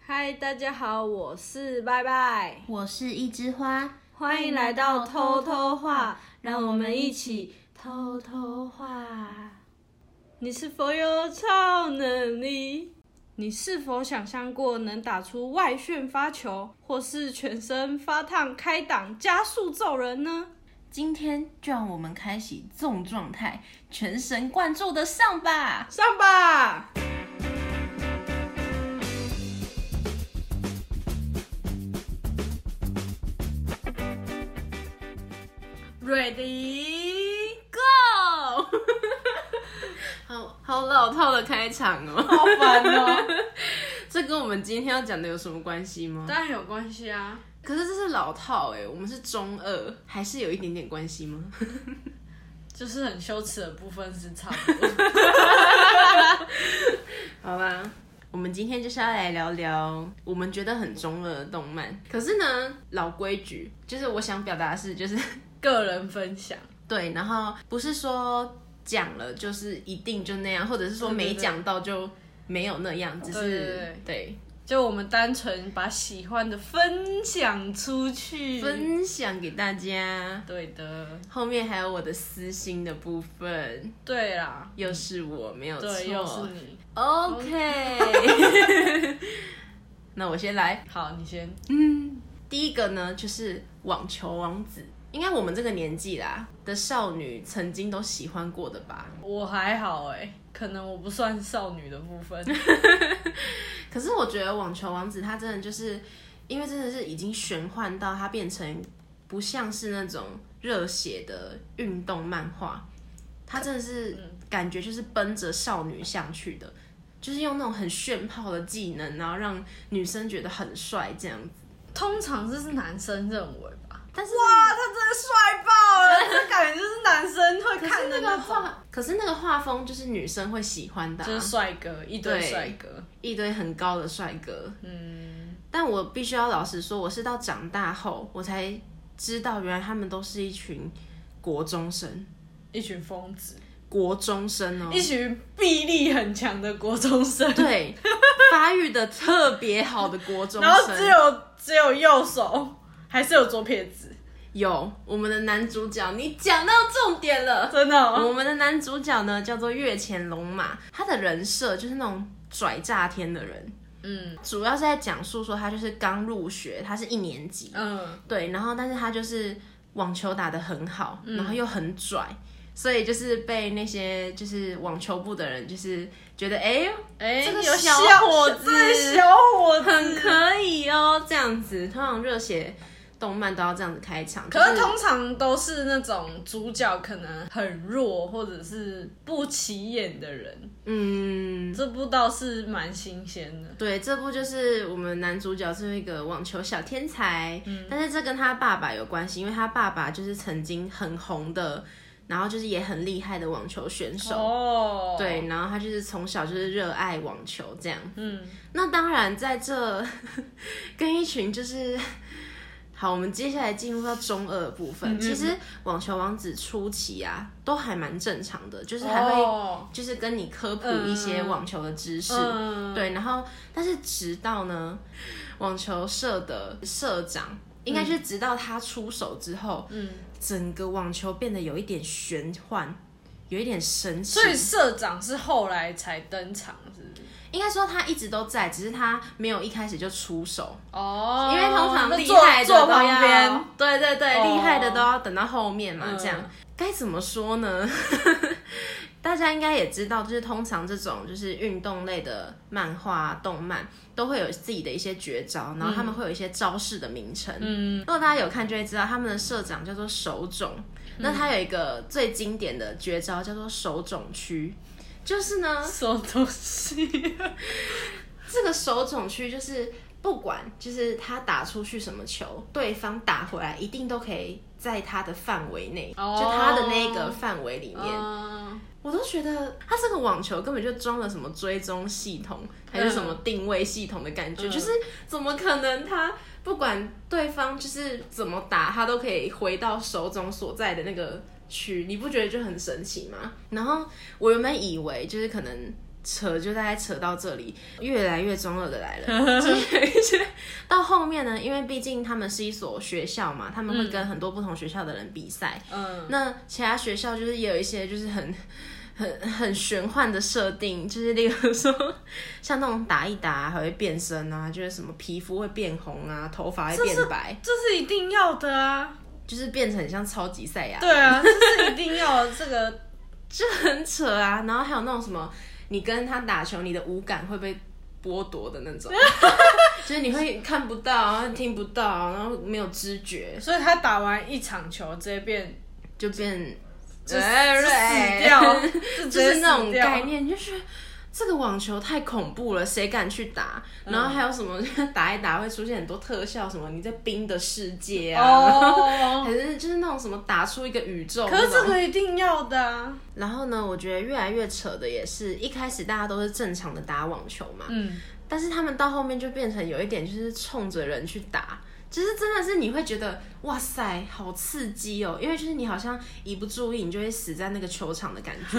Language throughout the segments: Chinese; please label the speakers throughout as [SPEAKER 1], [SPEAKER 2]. [SPEAKER 1] 嗨，大家好，我是拜拜，
[SPEAKER 2] 我是一枝花，
[SPEAKER 1] 欢迎来到偷偷话，让我们一起偷偷话。你是否有超能力？你是否想象过能打出外旋发球，或是全身发烫开挡加速揍人呢？
[SPEAKER 2] 今天就让我们开启重状态，全神贯注的上吧！
[SPEAKER 1] 上吧！Ready go！
[SPEAKER 3] 好好老套的开场哦，
[SPEAKER 1] 好烦哦！
[SPEAKER 3] 这跟我们今天要讲的有什么关系吗？
[SPEAKER 1] 当然有关系啊，
[SPEAKER 3] 可是这是老套哎、我们是中二，还是有一点点关系吗？
[SPEAKER 1] 就是很羞耻的部分是差不多。
[SPEAKER 3] 好吧，我们今天就是要来聊聊我们觉得很中二的动漫。可是呢，老规矩，就是我想表达的是，就是
[SPEAKER 1] 个人分享，
[SPEAKER 3] 对，然后不是说讲了就是一定就那样，或者是说
[SPEAKER 1] 对对
[SPEAKER 3] 没
[SPEAKER 1] 对
[SPEAKER 3] 讲到就没有那样，只是
[SPEAKER 1] 对对对
[SPEAKER 3] 对
[SPEAKER 1] 就我们单纯把喜欢的分享出去。
[SPEAKER 3] 分享给大家。
[SPEAKER 1] 对的，
[SPEAKER 3] 后面还有我的私心的部分，
[SPEAKER 1] 对啦，
[SPEAKER 3] 又是我没有
[SPEAKER 1] 对，又是
[SPEAKER 3] 错。
[SPEAKER 1] 你。
[SPEAKER 3] OK，那我先来。
[SPEAKER 1] 好，你先。
[SPEAKER 3] 第一个呢，就是网球王子，应该我们这个年纪啦的少女曾经都喜欢过的吧？
[SPEAKER 1] 我还好哎、可能我不算少女的部分。
[SPEAKER 3] 可是我觉得网球王子他真的就是，因为真的是已经玄幻到他变成不像是那种热血的运动漫画，他真的是感觉就是奔着少女向去的，就是用那种很炫炮的技能，然后让女生觉得很帅这样子。
[SPEAKER 1] 通常这是男生认为吧。
[SPEAKER 3] 但是
[SPEAKER 1] 哇，他真的帅爆了，这感觉就是男生会
[SPEAKER 3] 可是
[SPEAKER 1] 看的
[SPEAKER 3] 那个
[SPEAKER 1] 种，
[SPEAKER 3] 画，可是那个画风就是女生会喜欢的啊、
[SPEAKER 1] 就是帅哥，一堆帅哥。
[SPEAKER 3] 一堆很高的帅哥。
[SPEAKER 1] 嗯，
[SPEAKER 3] 但我必须要老实说，我是到长大后我才知道，原来他们都是一群国中生，
[SPEAKER 1] 一群疯子，
[SPEAKER 3] 国中生哦
[SPEAKER 1] 一，群臂力很强的国嗯中生，
[SPEAKER 3] 对，发育的特别好的国中
[SPEAKER 1] 然后只
[SPEAKER 3] 生。
[SPEAKER 1] 有只有右手，还是有左撇子，
[SPEAKER 3] 有我们的男主角，你讲到重点了。
[SPEAKER 1] 真的哦、
[SPEAKER 3] 我们的男主角呢，叫做月前龙马，他的人设就是那种拽炸天的人，
[SPEAKER 1] 嗯
[SPEAKER 3] 主要是在讲述说他就是刚入学，他是一年级，
[SPEAKER 1] 嗯，
[SPEAKER 3] 对，然后但是他就是网球打得很好，
[SPEAKER 1] 嗯
[SPEAKER 3] 然后又很拽，所以就是被那些就是网球部的人就是觉得哎、诶
[SPEAKER 1] 哎、
[SPEAKER 3] 这个
[SPEAKER 1] 有
[SPEAKER 3] 小伙子
[SPEAKER 1] 这小伙子
[SPEAKER 3] 很可以哦、这样子。通常热血动漫都要这样子开场，
[SPEAKER 1] 可是
[SPEAKER 3] 就
[SPEAKER 1] 通常都是那种主角可能很弱或者是不起眼的人，
[SPEAKER 3] 嗯。
[SPEAKER 1] 这部倒是蛮新鲜的。
[SPEAKER 3] 对，这部就是我们男主角是一个网球小天才，
[SPEAKER 1] 嗯
[SPEAKER 3] 但是这跟他爸爸有关系，因为他爸爸就是曾经很红的，然后就是也很厉害的网球选手，
[SPEAKER 1] 哦，
[SPEAKER 3] 对，，然后他就是从小就是热爱网球这样，
[SPEAKER 1] 嗯，
[SPEAKER 3] 那当然，在这跟一群就是好，我们接下来进入到中二的部
[SPEAKER 1] 嗯
[SPEAKER 3] 分。其实网球王子初期啊，都还蛮正常的，就是还会
[SPEAKER 1] 哦、
[SPEAKER 3] 就是跟你科普一些网球的知识，
[SPEAKER 1] 嗯，
[SPEAKER 3] 对。然后，但是直到呢，网球社的社长。应该是直到他出手之后，
[SPEAKER 1] 嗯，
[SPEAKER 3] 整个网球变得有一点玄幻，有一点神奇。
[SPEAKER 1] 所以社长是后来才登场，是不是？
[SPEAKER 3] 应该说他一直都在，只是他没有一开始就出手。
[SPEAKER 1] 哦，
[SPEAKER 3] 因为通常
[SPEAKER 1] 那
[SPEAKER 3] 厉
[SPEAKER 1] 坐
[SPEAKER 3] 害的
[SPEAKER 1] 坐
[SPEAKER 3] 都
[SPEAKER 1] 旁边
[SPEAKER 3] 要，，对对对，
[SPEAKER 1] 哦
[SPEAKER 3] 厉害的都要等到后面嘛，
[SPEAKER 1] 嗯
[SPEAKER 3] 这样该怎么说呢？ 大家应该也知道，就是通常这种就是运动类的漫画、动漫都会有自己的一些绝招，然后他们会有一些招式的名称。
[SPEAKER 1] 嗯，
[SPEAKER 3] 如果大家有看就会知道，他们的社长叫做手冢，那他有一个最经典的绝招叫做手冢区，就是呢，
[SPEAKER 1] 什么东西？
[SPEAKER 3] 这个手冢区就是不管就是他打出去什么球，对方打回来一定都可以在他的范围内
[SPEAKER 1] 哦
[SPEAKER 3] 就他的那个范围里面。
[SPEAKER 1] 嗯，
[SPEAKER 3] 我都觉得他这个网球根本就装了什么追踪系统还是什么定位系统的感觉，
[SPEAKER 1] 嗯
[SPEAKER 3] 就是怎么可能他不管对方就是怎么打，他都可以回到手冢所在的那个区，你不觉得就很神奇吗？然后我原本以为就是可能扯就大概扯到这里，越来越中二的来了。就是有一些到后面呢，因为毕竟他们是一所学校嘛，他们会跟很多不同学校的人比赛。
[SPEAKER 1] 嗯，
[SPEAKER 3] 那其他学校就是也有一些就是很 很很玄幻的设定，就是例如说像那种打一打、还会变身啊，就是什么皮肤会变红啊，头发会变白，
[SPEAKER 1] 这是一定要的啊。
[SPEAKER 3] 就是变成很像超级赛亚人。
[SPEAKER 1] 对啊，这是一定要的这个。
[SPEAKER 3] 就很扯啊。然后还有那种什么，你跟他打球，你的五感会被剥夺的那 种，就是你会看不到，然后听不到，然后没有知觉，
[SPEAKER 1] 所以他打完一场球，直接变
[SPEAKER 3] 就变
[SPEAKER 1] 就死
[SPEAKER 3] 哎
[SPEAKER 1] 就
[SPEAKER 3] 哎
[SPEAKER 1] 死 掉，就
[SPEAKER 3] 就
[SPEAKER 1] 直接
[SPEAKER 3] 是那
[SPEAKER 1] 死
[SPEAKER 3] 种
[SPEAKER 1] 掉
[SPEAKER 3] 概。念，就是。这个网球太恐怖了，谁敢去打？
[SPEAKER 1] 嗯
[SPEAKER 3] 然后还有什么 打一打会出现很多特效，什么你在冰的世界啊，
[SPEAKER 1] 哦
[SPEAKER 3] 还， 是就是那种什么打出一个宇宙那
[SPEAKER 1] 可
[SPEAKER 3] 种。
[SPEAKER 1] 是这个一定要的啊。
[SPEAKER 3] 然后呢，我觉得越来越扯的也是一开始大家都是正常的打网球嘛，
[SPEAKER 1] 嗯，
[SPEAKER 3] 但是他们到后面就变成有一点就是冲着人去打，就是真的是你会觉得哇塞，好刺激哦，因为就是你好像一不注意你就会死在那个球场的感觉。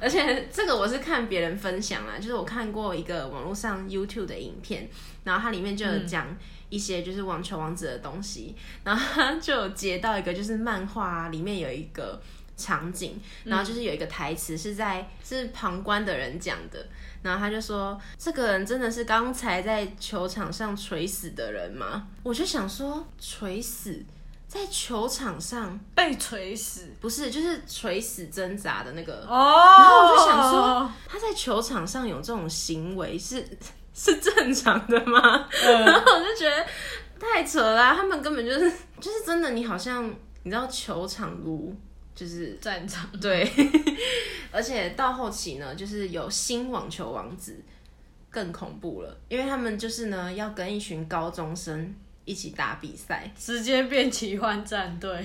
[SPEAKER 3] 而且这个我是看别人分享啦，就是我看过一个网络上 YouTube 的影片，然后它里面就有讲一些就是网球王子的东西，然后它就有截到一个就是漫画、啊、里面有一个。场景，然后就是有一个台词是在、是旁观的人讲的，然后他就说：“这个人真的是刚才在球场上垂死的人吗？”我就想说，垂死在球场上
[SPEAKER 1] 被锤死。
[SPEAKER 3] 不是就是垂死挣扎的那个
[SPEAKER 1] 哦，然
[SPEAKER 3] 后我就想说，他在球场上有这种行为是 是正常的吗？然后我就觉得太扯啦、他们根本就是就是真的，你好像你知道球场如就是
[SPEAKER 1] 战场
[SPEAKER 3] 对，而且到后期呢，就是有新网球王子更恐怖了，因为他们就是呢要跟一群高中生一起打比赛，
[SPEAKER 1] 直接变奇幻战队。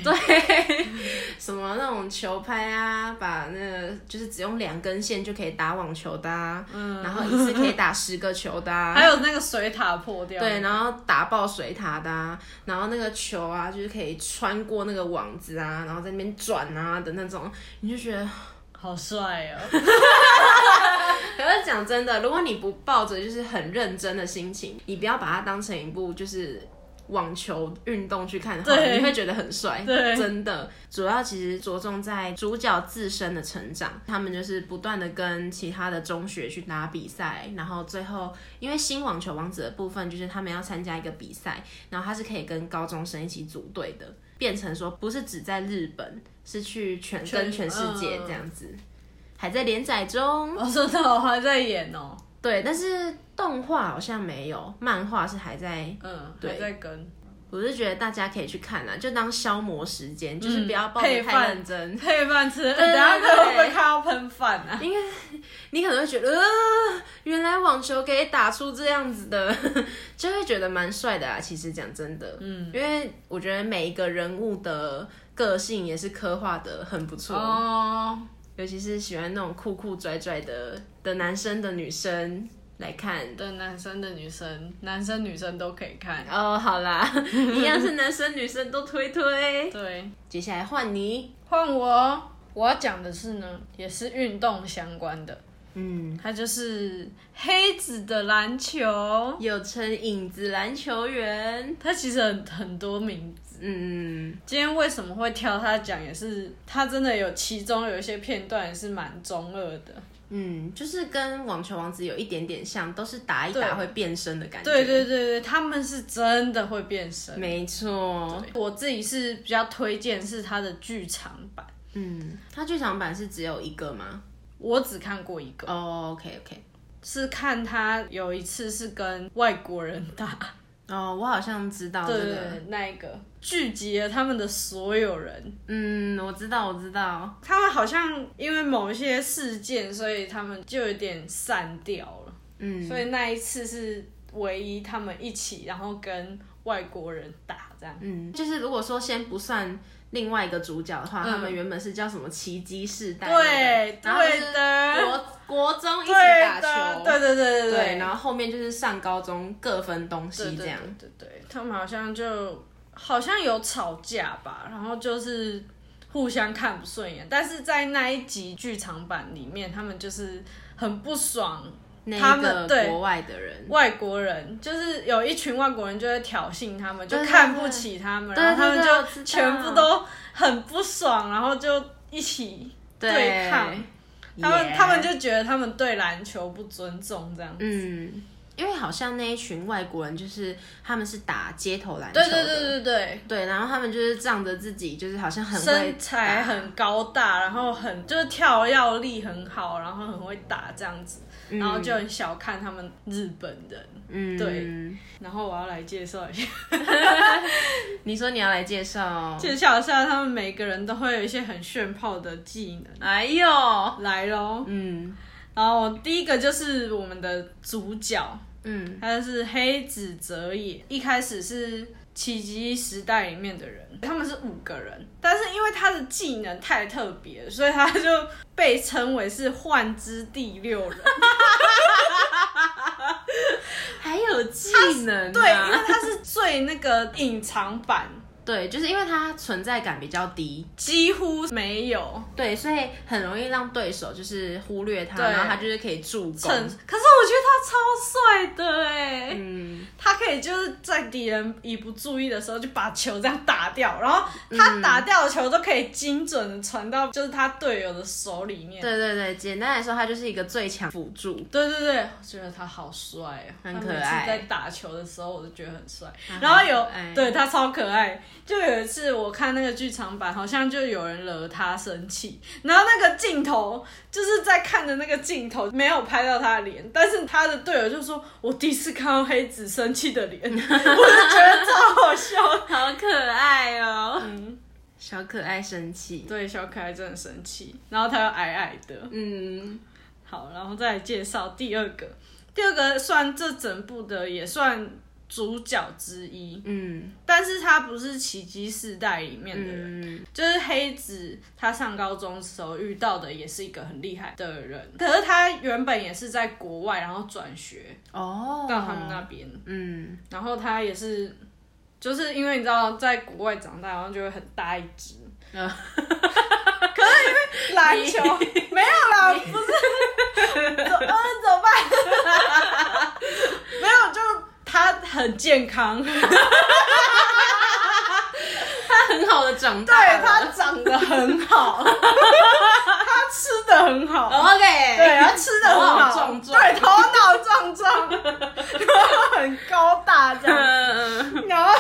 [SPEAKER 3] 什么那种球拍啊，把那个就是只用两根线就可以打网球的、啊，然后一次可以打十个球的、啊，
[SPEAKER 1] 还有那个水塔破掉，
[SPEAKER 3] 对，，然后打爆水塔的、啊，然后那个球啊，就是可以穿过那个网子啊，然后在那边转啊的那种，你就觉得
[SPEAKER 1] 好帅哦！
[SPEAKER 3] 可是讲真的，如果你不抱着就是很认真的心情，你不要把它当成一部就是网球运动去看的话，
[SPEAKER 1] 对
[SPEAKER 3] 你会觉得很帅。
[SPEAKER 1] 对
[SPEAKER 3] 真的，主要其实着重在主角自身的成长，他们就是不断的跟其他的中学去打比赛，然后最后因为新网球王子的部分，就是他们要参加一个比赛，然后他是可以跟高中生一起组队的，变成说不是只在日本，是去全
[SPEAKER 1] 全
[SPEAKER 3] 跟全世界
[SPEAKER 1] 嗯
[SPEAKER 3] 这样子，还在连载中。
[SPEAKER 1] 我说的我还在演哦，
[SPEAKER 3] 对，但是动画好像没有，漫画是还在。
[SPEAKER 1] 嗯，
[SPEAKER 3] 对
[SPEAKER 1] 还在跟
[SPEAKER 3] 我是觉得大家可以去看啦，就当消磨时间，就是不要抱
[SPEAKER 1] 嗯配
[SPEAKER 3] 得
[SPEAKER 1] 饭
[SPEAKER 3] 太认真。
[SPEAKER 1] 配饭吃，
[SPEAKER 3] 对
[SPEAKER 1] 等下会不会
[SPEAKER 3] 对
[SPEAKER 1] 看到喷饭啊？
[SPEAKER 3] 应该你可能会觉得，呃，原来网球可以打出这样子的， 就会觉得蛮帅的啦。啊其实讲真的，嗯，因为我觉得每一个人物的个性也是刻画的很不错，
[SPEAKER 1] 哦，
[SPEAKER 3] 尤其是喜欢那种酷酷拽拽的的男生的女生来看，
[SPEAKER 1] 对，男生的女生，男生女生都可以看。
[SPEAKER 3] 哦，好啦， 一样是男生女生都推推。
[SPEAKER 1] 对，
[SPEAKER 3] 接下来换你，
[SPEAKER 1] 换我，我要讲的是呢，也是运动相关的，
[SPEAKER 3] 嗯，
[SPEAKER 1] 它就是黑子的篮球，
[SPEAKER 3] 又称影子篮球员，
[SPEAKER 1] 它其实很很多名字。
[SPEAKER 3] 嗯，
[SPEAKER 1] 今天为什么会挑它讲，也是它真的有其中有一些片段也是蛮中二的。
[SPEAKER 3] 嗯，就是跟网球王子有一点点像，都是打一打
[SPEAKER 1] 对
[SPEAKER 3] 会变身的感觉。
[SPEAKER 1] 对对对对，他们是真的会变身。
[SPEAKER 3] 没错，
[SPEAKER 1] 我自己是比较推荐是它的剧场版，
[SPEAKER 3] 嗯，它剧场版是只有一个吗？
[SPEAKER 1] 我只看过一个，
[SPEAKER 3] 哦，OK，OK、o k OK，
[SPEAKER 1] 是看他有一次是跟外国人打，
[SPEAKER 3] 哦、我好像知道这
[SPEAKER 1] 对对
[SPEAKER 3] 个
[SPEAKER 1] 对，，那一个聚集了他们的所有人，
[SPEAKER 3] 嗯，我知道，我知道，
[SPEAKER 1] 他们好像因为某一些事件，所以他们就有点散掉了，
[SPEAKER 3] 嗯，
[SPEAKER 1] 所以那一次是唯一他们一起，然后跟外国人打这样。
[SPEAKER 3] 嗯，就是如果说先不算另外一个主角的话，
[SPEAKER 1] 嗯
[SPEAKER 3] 他们原本是叫什么奇迹世代，
[SPEAKER 1] 对
[SPEAKER 3] 不然后
[SPEAKER 1] 对的
[SPEAKER 3] 是国国中一起
[SPEAKER 1] 对
[SPEAKER 3] 打
[SPEAKER 1] 的
[SPEAKER 3] 球，
[SPEAKER 1] 对对对对
[SPEAKER 3] 对
[SPEAKER 1] 对，
[SPEAKER 3] 然后后面就是上高中各分东西这样，
[SPEAKER 1] 对对对对他们好像就好像有吵架吧，然后就是互相看不顺眼，但是在那一集剧场版里面，他们就是。很不爽
[SPEAKER 3] 那
[SPEAKER 1] 他
[SPEAKER 3] 一
[SPEAKER 1] 们
[SPEAKER 3] 个
[SPEAKER 1] 对
[SPEAKER 3] 国外的人，
[SPEAKER 1] 外国人，就是有一群外国人就会挑衅他们，就
[SPEAKER 3] 对对
[SPEAKER 1] 看不起他们，
[SPEAKER 3] 对
[SPEAKER 1] 然后他
[SPEAKER 3] 对
[SPEAKER 1] 们
[SPEAKER 3] 对我
[SPEAKER 1] 就
[SPEAKER 3] 知
[SPEAKER 1] 全部
[SPEAKER 3] 道
[SPEAKER 1] 都很不爽，然后就一起对抗。他们
[SPEAKER 3] Yeah
[SPEAKER 1] 他们就觉得他们对篮球不尊重这样。
[SPEAKER 3] 嗯，因为好像那一群外国人就是他们是打街头篮球
[SPEAKER 1] 对对
[SPEAKER 3] 的，
[SPEAKER 1] 对对对，
[SPEAKER 3] 对然后他们就是仗着自己就是好像很会嗯
[SPEAKER 1] 身材
[SPEAKER 3] 打
[SPEAKER 1] 很高大，然后很就是跳跃力很好，然后很会打这样子，然后就很小看他们日本人。
[SPEAKER 3] 嗯
[SPEAKER 1] 对。然后我要来介绍一下，
[SPEAKER 3] 你说你要来介绍，
[SPEAKER 1] 介绍一下他们每个人都会有一些很炫炮的技能。
[SPEAKER 2] 哎呦，
[SPEAKER 1] 来喽，
[SPEAKER 3] 嗯
[SPEAKER 1] 然后第一个就是我们的主角，
[SPEAKER 3] 嗯
[SPEAKER 1] 他是黑子哲也，一开始是奇迹时代里面的人，他们是五个人，但是因为他的技能太特别，所以他就被称为是幻之第六人。
[SPEAKER 3] 还有技能啊、
[SPEAKER 1] 对，因为他是最那个 隐藏版，
[SPEAKER 3] 对，就是因为他存在感比较低，
[SPEAKER 1] 几乎没有。
[SPEAKER 3] 对，所以很容易让对手就是忽略他，
[SPEAKER 1] 对
[SPEAKER 3] 然后他就是可以助攻
[SPEAKER 1] 很，可。是我觉得他超帅的哎、
[SPEAKER 3] 嗯，
[SPEAKER 1] 他可以就是在敌人一不注意的时候就把球这样打掉，然后他打掉的球都可以精准的传到就是他队友的手里面。
[SPEAKER 3] 对对对，简单来说，他就是一个最强辅 助。
[SPEAKER 1] 对对对，我觉得他好帅哦，
[SPEAKER 3] 很
[SPEAKER 1] 他
[SPEAKER 3] 可
[SPEAKER 1] 每次
[SPEAKER 3] 爱
[SPEAKER 1] 在打球的时候，我都觉得很帅。
[SPEAKER 3] 很
[SPEAKER 1] 然后
[SPEAKER 3] 可爱
[SPEAKER 1] 有对他超可爱，就有一次我看那个剧场版，好像就有人惹他生气，然后那个镜头就是在看的那个镜头没有拍到他的脸，但是他的队友就说：“我第一次看到黑子生气的脸，我就觉得超好笑。
[SPEAKER 3] 哦
[SPEAKER 2] 好可爱哦、”
[SPEAKER 1] 嗯，
[SPEAKER 3] 小可爱生气，
[SPEAKER 1] 对，小可爱真的很生气，然后他又矮矮的，
[SPEAKER 3] 嗯，
[SPEAKER 1] 好，然后再来介绍第二个，第二个算这整部的也算主角之一，
[SPEAKER 3] 嗯
[SPEAKER 1] 但是他不是奇迹世代里面的人，
[SPEAKER 3] 嗯，
[SPEAKER 1] 就是黑子，他上高中的时候遇到的也是一个很厉害的人，可是他原本也是在国外，然后转学
[SPEAKER 3] 哦，
[SPEAKER 1] 到他们那边，
[SPEAKER 3] 嗯，
[SPEAKER 1] 然后他也是。就是因为你知道，在国外长大，然后就会很大一只。
[SPEAKER 3] 嗯
[SPEAKER 1] 可是因为 篮球没有啦，不是， 怎嗯怎么办？ 没有，就他很健 康，对
[SPEAKER 3] 很好的长大了。
[SPEAKER 1] 他长得很 好，他吃的很好，
[SPEAKER 3] OK，
[SPEAKER 1] 对，他吃的很
[SPEAKER 3] 哦头
[SPEAKER 1] 好，
[SPEAKER 3] 脑壮壮
[SPEAKER 1] 对，头脑壮壮， 然后很高大这样，
[SPEAKER 3] 嗯，嗯
[SPEAKER 1] 然后，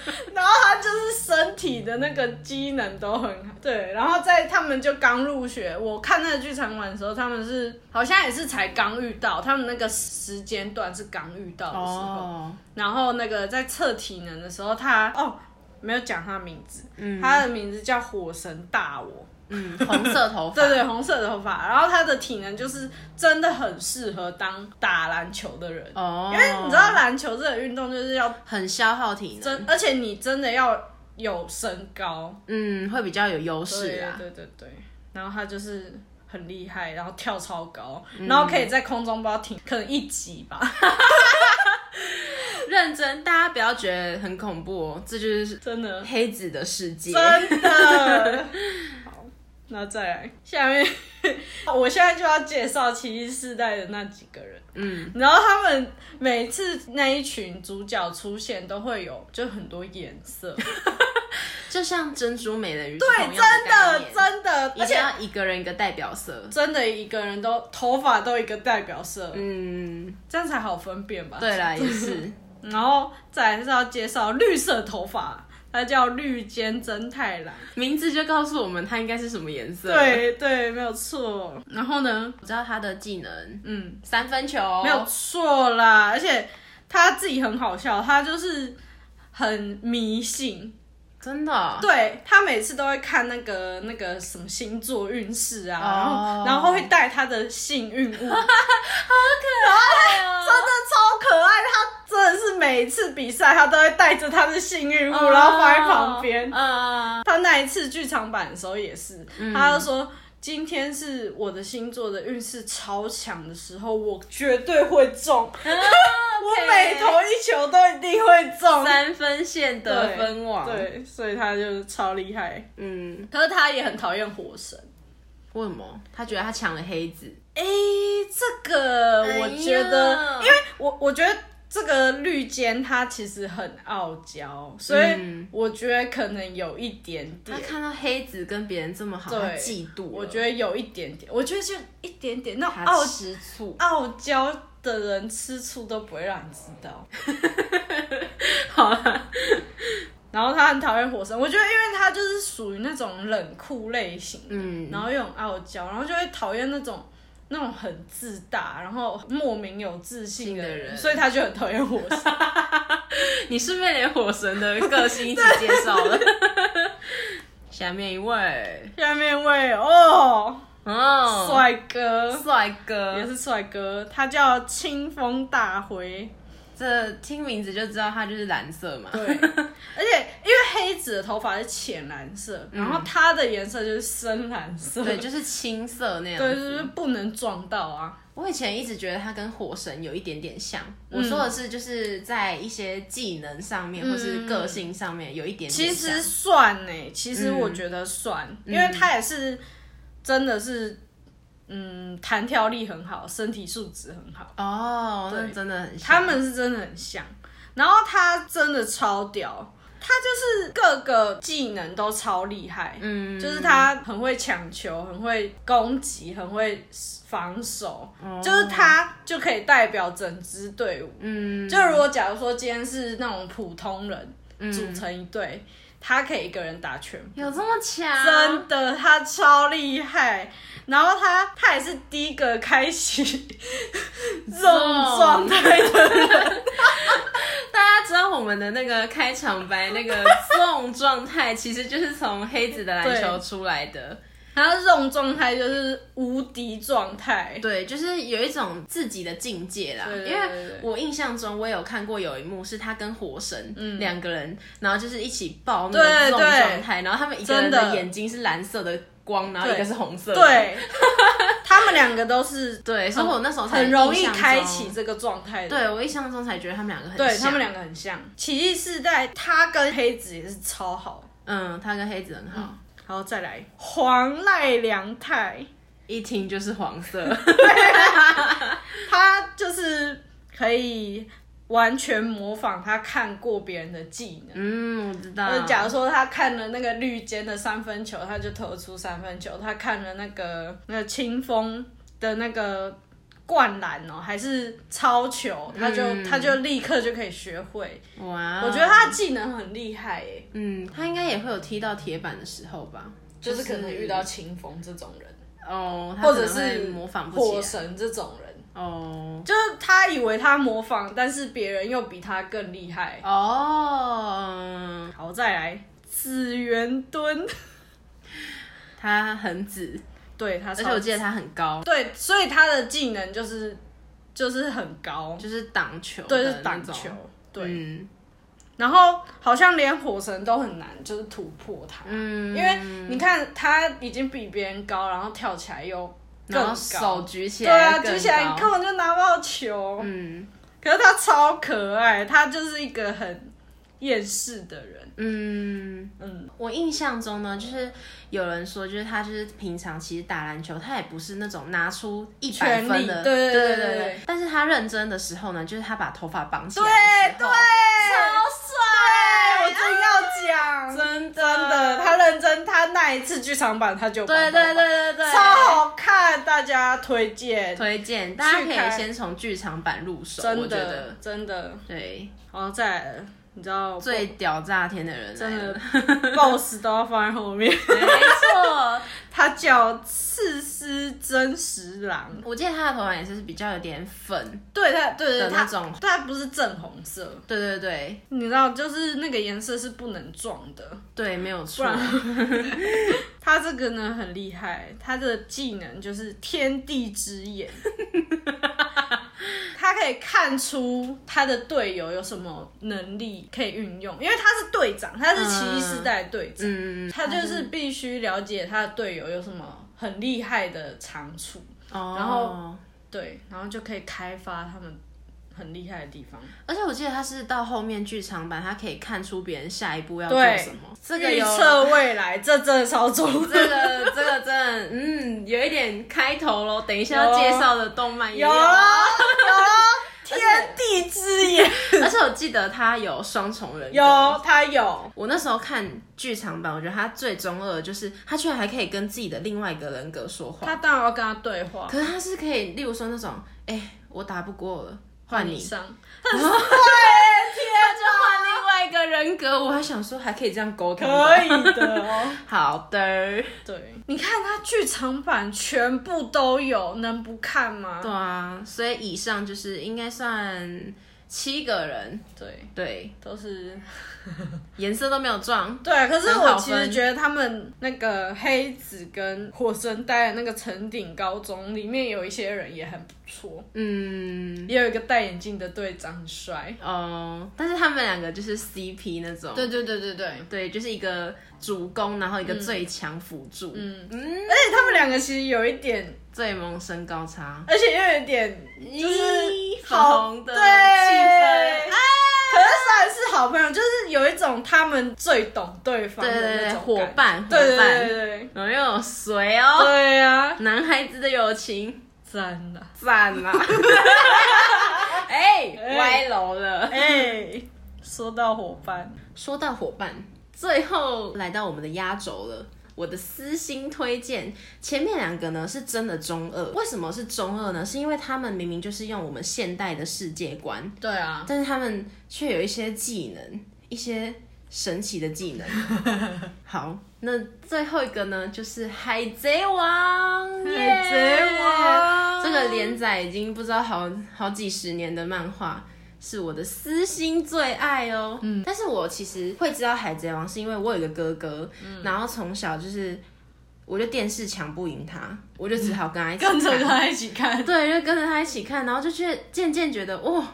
[SPEAKER 1] 然后他就是身体的那个机能都很好，对，然后在他们就刚入学，我看那个剧场版的时候，他们是好像也是才刚遇到，他们那个时间段是刚遇到的时候，
[SPEAKER 3] 哦，
[SPEAKER 1] 然后那个在测体能的时候，他哦没有讲他的名字，
[SPEAKER 3] 嗯
[SPEAKER 1] 他的名字叫火神大我。
[SPEAKER 3] 嗯，红色头发，
[SPEAKER 1] 对对，红色的头发，然后他的体能就是真的很适合当打篮球的人，
[SPEAKER 3] 哦，
[SPEAKER 1] 因为你知道篮球这个运动就是要
[SPEAKER 3] 很消耗体能，
[SPEAKER 1] 真，而且你真的要有身高，
[SPEAKER 3] 嗯，会比较有优势
[SPEAKER 1] 对
[SPEAKER 3] 啊。
[SPEAKER 1] 对对对，然后他就是很厉害，然后跳超高，
[SPEAKER 3] 嗯
[SPEAKER 1] 然后可以在空中不知道停，可能一级吧，
[SPEAKER 3] 认真，大家不要觉得很恐怖哦，这就是
[SPEAKER 1] 真 的
[SPEAKER 3] 黑子的世界。
[SPEAKER 1] 真的。好，那再来下面，我现在就要介绍奇异世代的那几个人。
[SPEAKER 3] 嗯，
[SPEAKER 1] 然后他们每次那一群主角出现都会有就很多颜 色，
[SPEAKER 3] 就像珍珠美人鱼，
[SPEAKER 1] 对，真的
[SPEAKER 3] 的，
[SPEAKER 1] 真的，而
[SPEAKER 3] 一定
[SPEAKER 1] 且
[SPEAKER 3] 要一个人一个代表色。
[SPEAKER 1] 真的一个人都头发都一个代表色，
[SPEAKER 3] 嗯，
[SPEAKER 1] 这样才好分辨吧？
[SPEAKER 3] 对啦，也是，
[SPEAKER 1] 然后再来是要介绍绿色头发，它叫绿间真太 郎，
[SPEAKER 3] 名字就告诉我们它应该是什么颜色。，
[SPEAKER 1] 对对，没有错。然后呢，
[SPEAKER 3] 我知道他的技能，
[SPEAKER 1] 嗯，
[SPEAKER 3] 三分球，
[SPEAKER 1] 没有错啦，而且他自己很好笑，他就是很迷信，
[SPEAKER 3] 真的哦，
[SPEAKER 1] 对他每次都会看那个那个什么星座运势啊，然后
[SPEAKER 3] 哦
[SPEAKER 1] 然后会带他的幸 运物，好可爱哦，真的
[SPEAKER 3] 啊
[SPEAKER 1] 超可爱。他真的是每次比赛他都会带着他的幸运物，
[SPEAKER 3] 哦
[SPEAKER 1] 然后放在啊旁边。
[SPEAKER 3] 嗯，
[SPEAKER 1] 他那一次剧场版的时候也是，他就说。今天是我的星座的运势超强的时候，我绝对会中，我每投一球都一定会中，
[SPEAKER 3] 三分线得分王，，
[SPEAKER 1] 对，所以他就是超厉害。
[SPEAKER 3] 嗯，
[SPEAKER 1] 可是他也很讨厌火神，
[SPEAKER 3] 为什么？他觉得他抢了黑子，
[SPEAKER 1] 哎、这个
[SPEAKER 3] 哎呀
[SPEAKER 1] 我觉得，因为我我觉得这个绿间他其实很傲娇，所以
[SPEAKER 3] 嗯
[SPEAKER 1] 我觉得可能有一点点
[SPEAKER 3] 他，看到黑子跟别人这么好，
[SPEAKER 1] 对
[SPEAKER 3] 他嫉妒了。
[SPEAKER 1] 我觉得有一点点，我觉得就一点点那种傲
[SPEAKER 3] 他吃醋，
[SPEAKER 1] 傲娇的人吃醋都不会让你知道。
[SPEAKER 3] 好 了，
[SPEAKER 1] 然后他很讨厌火神，我觉得因为他就是属于那种冷酷类型，
[SPEAKER 3] 嗯，
[SPEAKER 1] 然后又很傲娇，然后就会讨厌那种那种很自大，然后莫名有自信的
[SPEAKER 3] 信的
[SPEAKER 1] 人，
[SPEAKER 3] 人
[SPEAKER 1] 所以他就很讨厌火神。
[SPEAKER 3] 你是被连火神的个性一起介绍了。 下面一位，
[SPEAKER 1] 下面一位哦，
[SPEAKER 3] 哦，
[SPEAKER 1] 帅哥，
[SPEAKER 3] 帅
[SPEAKER 1] 也
[SPEAKER 3] 哥，
[SPEAKER 1] 是帅哥，他叫清风大辉。
[SPEAKER 3] 这听名字就知道他就是蓝色嘛。
[SPEAKER 1] 对， 而且因为黑子的头发是浅蓝色，然后他的颜色就是深蓝色，
[SPEAKER 3] 对，就是青色那样
[SPEAKER 1] 对，
[SPEAKER 3] 子。
[SPEAKER 1] 就是不能撞到啊。
[SPEAKER 3] 我以前一直觉得他跟火神有一点点像。我说的是，就是在一些技能上面或是个性上面有一点点
[SPEAKER 1] 其
[SPEAKER 3] 像。
[SPEAKER 1] 实算呢、其实
[SPEAKER 3] 嗯
[SPEAKER 1] 我觉得算，因为他也是真的是，嗯，弹跳力很好，身体素质很好，
[SPEAKER 3] 哦，那
[SPEAKER 1] 对
[SPEAKER 3] 真的很像。
[SPEAKER 1] 他们是真的很像。然后他真的超屌，他就是各个技能都超厉害，
[SPEAKER 3] 嗯，
[SPEAKER 1] 就是他很会抢球，很会攻击，很会防守，
[SPEAKER 3] 哦
[SPEAKER 1] 就是他就可以代表整支队伍。
[SPEAKER 3] 嗯，
[SPEAKER 1] 就如果假如说今天是那种普通人组成一队，他可以一个人打全部。
[SPEAKER 3] 有这么强？
[SPEAKER 1] 真的，他超厉害。然后他他也是第一个开 启这种状态的人，
[SPEAKER 3] 大家知道我们的那个开场白那个纵状态，其实就是从黑子的篮球出来的。
[SPEAKER 1] 他这种状态就是无敌状态。
[SPEAKER 3] 对，就是有一种自己的境界啦。
[SPEAKER 1] 对对
[SPEAKER 3] 因
[SPEAKER 1] 对对
[SPEAKER 3] 为我印象中，我有看过有一幕是他跟火神两、个人，然后就是一起抱那
[SPEAKER 1] 对
[SPEAKER 3] 个纵
[SPEAKER 1] 对
[SPEAKER 3] 状态，然后他们一个
[SPEAKER 1] 真
[SPEAKER 3] 人
[SPEAKER 1] 的
[SPEAKER 3] 的眼睛是蓝色的光，然后一
[SPEAKER 1] 对
[SPEAKER 3] 个是红色的。
[SPEAKER 1] 对，他们两个都是
[SPEAKER 3] 对，所以我那时候才
[SPEAKER 1] 很容
[SPEAKER 3] 印
[SPEAKER 1] 易
[SPEAKER 3] 象中
[SPEAKER 1] 开启。这个状态的。
[SPEAKER 3] 对我印象中才觉得他们两个很
[SPEAKER 1] 对，
[SPEAKER 3] 像
[SPEAKER 1] 他们两个很像。奇迹世代，他跟黑子也是超好。
[SPEAKER 3] 嗯，他跟黑子很好，
[SPEAKER 1] 然后再来黄赖良太，
[SPEAKER 3] 一听就是黄色。
[SPEAKER 1] 他就是可以完全模仿他看过别人的技能。
[SPEAKER 3] 嗯，我知道。
[SPEAKER 1] 就是假如说他看了那个绿间的三分球，他就投出三分球；他看了那个那个清风的那个灌篮哦，还是超球，他就、
[SPEAKER 3] 嗯
[SPEAKER 1] 他就立刻就可以学会。
[SPEAKER 3] 哇，哦
[SPEAKER 1] 我觉得他的技能很厉害耶，
[SPEAKER 3] 嗯，他应该也会有踢到铁板的时候吧，
[SPEAKER 1] 就是可能遇到清风这种人，
[SPEAKER 3] 哦，他
[SPEAKER 1] 或者
[SPEAKER 3] 可能会
[SPEAKER 1] 是
[SPEAKER 3] 模仿不
[SPEAKER 1] 火
[SPEAKER 3] 起来
[SPEAKER 1] 神这种人，
[SPEAKER 3] 哦
[SPEAKER 1] 就是他以为他模仿，但是别人又比他更厉害。
[SPEAKER 3] 哦，
[SPEAKER 1] 好，再来紫元敦，
[SPEAKER 3] 他很紫，
[SPEAKER 1] 对他，而
[SPEAKER 3] 而且我记得他很高，
[SPEAKER 1] 对，所以他的技能就是就是很高，
[SPEAKER 3] 就是挡球，
[SPEAKER 1] 对，是挡球，，对。
[SPEAKER 3] 嗯
[SPEAKER 1] 然后好像连火神都很难，就是突破他，
[SPEAKER 3] 嗯，
[SPEAKER 1] 因为你看他已经比别人高，然后跳起来又更
[SPEAKER 3] 然后
[SPEAKER 1] 高，
[SPEAKER 3] 手举起
[SPEAKER 1] 对啊，
[SPEAKER 3] 来，
[SPEAKER 1] 举起来你根
[SPEAKER 3] 更高，
[SPEAKER 1] 本就拿不到球。
[SPEAKER 3] 嗯
[SPEAKER 1] 可是他超可爱，他就是一个很厌世的人，
[SPEAKER 3] 嗯。
[SPEAKER 1] 嗯，
[SPEAKER 3] 我印象中呢，就是有人说，就是他就是平常其实打篮球，他也不是那种拿出一百
[SPEAKER 1] 全力
[SPEAKER 3] 分的，
[SPEAKER 1] 对对
[SPEAKER 3] 对
[SPEAKER 1] 对
[SPEAKER 3] 对
[SPEAKER 1] 对对
[SPEAKER 3] 但是他认真的时候呢，就是他把头发绑起来
[SPEAKER 1] 对
[SPEAKER 3] 的时
[SPEAKER 1] 对，
[SPEAKER 3] 候，
[SPEAKER 1] 帅我真要讲，
[SPEAKER 3] 真的
[SPEAKER 1] 真的，他认真，他那一次剧场版他就
[SPEAKER 3] 对对对对对，
[SPEAKER 1] 超好看，大家推荐，
[SPEAKER 3] 推荐，大家可
[SPEAKER 1] 看
[SPEAKER 3] 以先从剧场版入手，我
[SPEAKER 1] 真
[SPEAKER 3] 觉
[SPEAKER 1] 的
[SPEAKER 3] 得
[SPEAKER 1] 真的，
[SPEAKER 3] 对
[SPEAKER 1] 然后再来了，你知道
[SPEAKER 3] 最屌炸天的人
[SPEAKER 1] 真
[SPEAKER 3] 来
[SPEAKER 1] 的
[SPEAKER 3] 了，
[SPEAKER 1] BOSS 都要放在后面，
[SPEAKER 3] 没错，
[SPEAKER 1] 他叫赤司真十郎，
[SPEAKER 3] 我记得他的头发颜色是比较有点粉，
[SPEAKER 1] 对他对对
[SPEAKER 3] 嗯的
[SPEAKER 1] 他
[SPEAKER 3] 那种
[SPEAKER 1] 对他不是正红色，
[SPEAKER 3] 对对对
[SPEAKER 1] 你知道就是那个颜色是不能撞的，
[SPEAKER 3] 对，没有
[SPEAKER 1] 不
[SPEAKER 3] 错，
[SPEAKER 1] 然他这个呢很厉害，他的技能就是天地之眼， 他可以看出他的队友有什么能力可以运用，因为他是队长，他是奇异世代队长，
[SPEAKER 3] 嗯，
[SPEAKER 1] 他就是必须了解他的队友有什么很厉害的长处，
[SPEAKER 3] 哦，
[SPEAKER 1] 然后对，然后就可以开发他们很厉害的地方。
[SPEAKER 3] 而且我记得他是到后面剧场版，他可以看出别人下一步要做
[SPEAKER 1] 对
[SPEAKER 3] 什么。这个
[SPEAKER 1] 预
[SPEAKER 3] 有
[SPEAKER 1] 测未来，这真的超重要。
[SPEAKER 3] 这 个这个真的，嗯，有一点开头喽。等一下要介绍的动漫也
[SPEAKER 1] 有啊 有啊，天地之眼，
[SPEAKER 3] 而且我记得他有双重人格。
[SPEAKER 1] 有他有，
[SPEAKER 3] 我那时候看剧场版，我觉得他最中二的就是他居然还可以跟自己的另外一个人格说话。
[SPEAKER 1] 他当然要跟他对话。
[SPEAKER 3] 可是他是可以，例如说那种，哎、我打不过了，换你，
[SPEAKER 1] 上，
[SPEAKER 3] 他就换另外一个人格。我还想说还可以这样沟通吧，
[SPEAKER 1] 可以的哦。
[SPEAKER 3] 好的，
[SPEAKER 1] 对，你看他剧场版全部都有，能不看吗？
[SPEAKER 3] 对啊，所以以上就是应该算七个人，
[SPEAKER 1] 对，
[SPEAKER 3] 对，
[SPEAKER 1] 都是
[SPEAKER 3] 颜色都没有撞，
[SPEAKER 1] 对。啊可是
[SPEAKER 3] 很好
[SPEAKER 1] 我其实
[SPEAKER 3] 分
[SPEAKER 1] 觉得他们那个黑子跟火神待的那个城顶高中里面有一些人也很不错，
[SPEAKER 3] 嗯，
[SPEAKER 1] 也有一个戴眼镜的队长很帅。
[SPEAKER 3] 哦，但是他们两个就是 CP 那种，
[SPEAKER 1] 对对对对，
[SPEAKER 3] 对，就是一个主攻，然后一个最强辅助，嗯，
[SPEAKER 1] 而且他们两个其实有一点，
[SPEAKER 3] 最萌身高差，
[SPEAKER 1] 而且又有一点就是
[SPEAKER 3] 咦粉
[SPEAKER 1] 好
[SPEAKER 3] 红的
[SPEAKER 1] 对啊
[SPEAKER 3] 气氛，
[SPEAKER 1] 可是虽然是好朋友，就是有一种他们最懂对方
[SPEAKER 3] 对
[SPEAKER 1] 的
[SPEAKER 3] 对
[SPEAKER 1] 那
[SPEAKER 3] 对，
[SPEAKER 1] 种
[SPEAKER 3] 伙
[SPEAKER 1] 感觉，
[SPEAKER 3] 伴，
[SPEAKER 1] 对对
[SPEAKER 3] 伙伴
[SPEAKER 1] 对对
[SPEAKER 3] 然后又有哎谁
[SPEAKER 1] 对，
[SPEAKER 3] 哦？
[SPEAKER 1] 对啊呀，
[SPEAKER 3] 男孩子的友情，
[SPEAKER 1] 赞了，
[SPEAKER 3] 赞 啦！哎、
[SPEAKER 1] 哎
[SPEAKER 3] 歪楼了。
[SPEAKER 1] 哎，说到伙伴，
[SPEAKER 3] 说到伙伴，最后来到我们的压轴了。我的私心推荐，前面两个呢是真的中二。为什么是中二呢？是因为他们明明就是用我们现代的世界观，
[SPEAKER 1] 对啊，
[SPEAKER 3] 但是他们却有一些技能，一些神奇的技能。 好，那最后一个呢，就是海贼王，
[SPEAKER 1] 海贼王
[SPEAKER 3] 这个连载已经不知道好好几十年的漫画。是我的私心最爱哦，嗯，但是我其实会知道《海贼王》是因为我有一个哥哥，
[SPEAKER 1] 嗯
[SPEAKER 3] 然后从小就是，我就电视抢不赢他，我就只好 跟他一起看，
[SPEAKER 1] 他一起看，
[SPEAKER 3] 对，就跟着他一起看，然后就觉得渐渐觉得哇、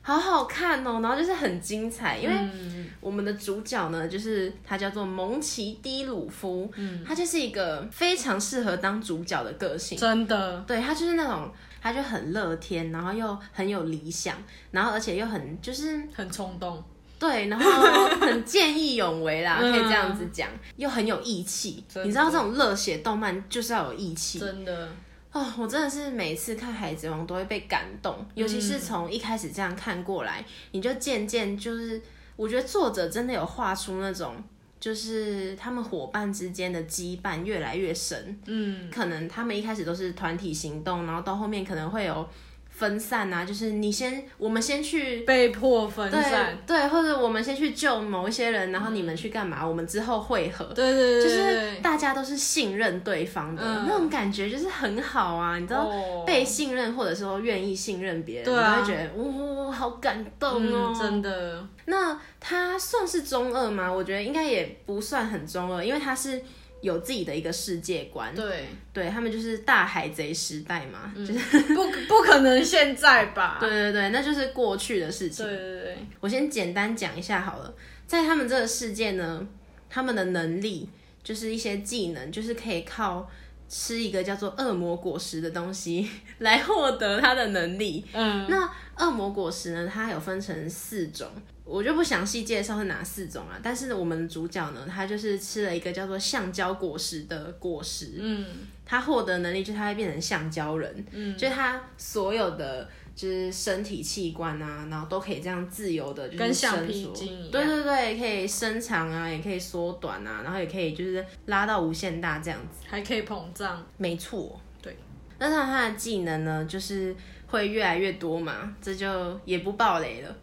[SPEAKER 3] 好好看哦，然后就是很精彩，因为
[SPEAKER 1] 嗯
[SPEAKER 3] 我们的主角呢，就是他叫做蒙奇迪鲁夫，
[SPEAKER 1] 嗯
[SPEAKER 3] 他就是一个非常适合当主角的个性，
[SPEAKER 1] 真的，
[SPEAKER 3] 对他就是那种他就很乐天，然后又很有理想，然后而且又很就是
[SPEAKER 1] 很冲动，
[SPEAKER 3] 对，然后 很见义勇为啦，可以这样子讲，又很有义气，
[SPEAKER 1] 嗯真的
[SPEAKER 3] 你知道这种热血动漫就是要有义气，
[SPEAKER 1] 真的，
[SPEAKER 3] 哦，我真的是每次看《海贼王》都会被感动，尤其
[SPEAKER 1] 嗯
[SPEAKER 3] 是从一开始这样看过来，你就渐渐就是，我觉得作者真的有画出那种，就是他们伙伴之间的羁绊越来越深。
[SPEAKER 1] 嗯，
[SPEAKER 3] 可能他们一开始都是团体行动，然后到后面可能会有分散啊，就是你先，我们先去。
[SPEAKER 1] 被迫分
[SPEAKER 3] 对
[SPEAKER 1] 散，
[SPEAKER 3] 对，或者我们先去救某一些人，然后你们去干嘛？我们之后会合。
[SPEAKER 1] 对对对
[SPEAKER 3] 就
[SPEAKER 1] 对
[SPEAKER 3] 是
[SPEAKER 1] 对，
[SPEAKER 3] 大家都是信任对方的、
[SPEAKER 1] 嗯
[SPEAKER 3] 那种感觉，就是很好啊。你知道
[SPEAKER 1] 哦
[SPEAKER 3] 被信任，或者说愿意信任别人，
[SPEAKER 1] 对啊
[SPEAKER 3] 你就会觉得哇、好感动哦。
[SPEAKER 1] 嗯，真的，
[SPEAKER 3] 那他算是中二吗？我觉得应该也不算很中二，因为他是有自己的一个世界观。
[SPEAKER 1] 对，
[SPEAKER 3] 对他们就是大海贼时代嘛，
[SPEAKER 1] 嗯
[SPEAKER 3] 就是
[SPEAKER 1] 不不可能现在吧？
[SPEAKER 3] 对对对，那就是过去的事情
[SPEAKER 1] 对。对对，
[SPEAKER 3] 我先简单讲一下好了，在他们这个世界呢，他们的能力就是一些技能，就是可以靠吃一个叫做恶魔果实的东西 来获得他的能力。
[SPEAKER 1] 嗯，
[SPEAKER 3] 那恶魔果实呢，它有分成四种，我就不详细介绍是哪四种啊。但是我们主角呢，他就是吃了一个叫做橡胶果实的果实，
[SPEAKER 1] 嗯
[SPEAKER 3] 他获得能力就是他会变成橡胶人，嗯，就是他所有的就是身体器官啊，然后都可以这样自由的，就是
[SPEAKER 1] 跟橡
[SPEAKER 3] 伸
[SPEAKER 1] 皮
[SPEAKER 3] 缩
[SPEAKER 1] 筋一样
[SPEAKER 3] 对对对，可以伸长啊，也可以缩短啊，然后也可以就是拉到无限大这样子，
[SPEAKER 1] 还可以膨胀，
[SPEAKER 3] 没错，
[SPEAKER 1] 对。
[SPEAKER 3] 那像他的技能呢，就是会越来越多嘛，这就也不爆雷了。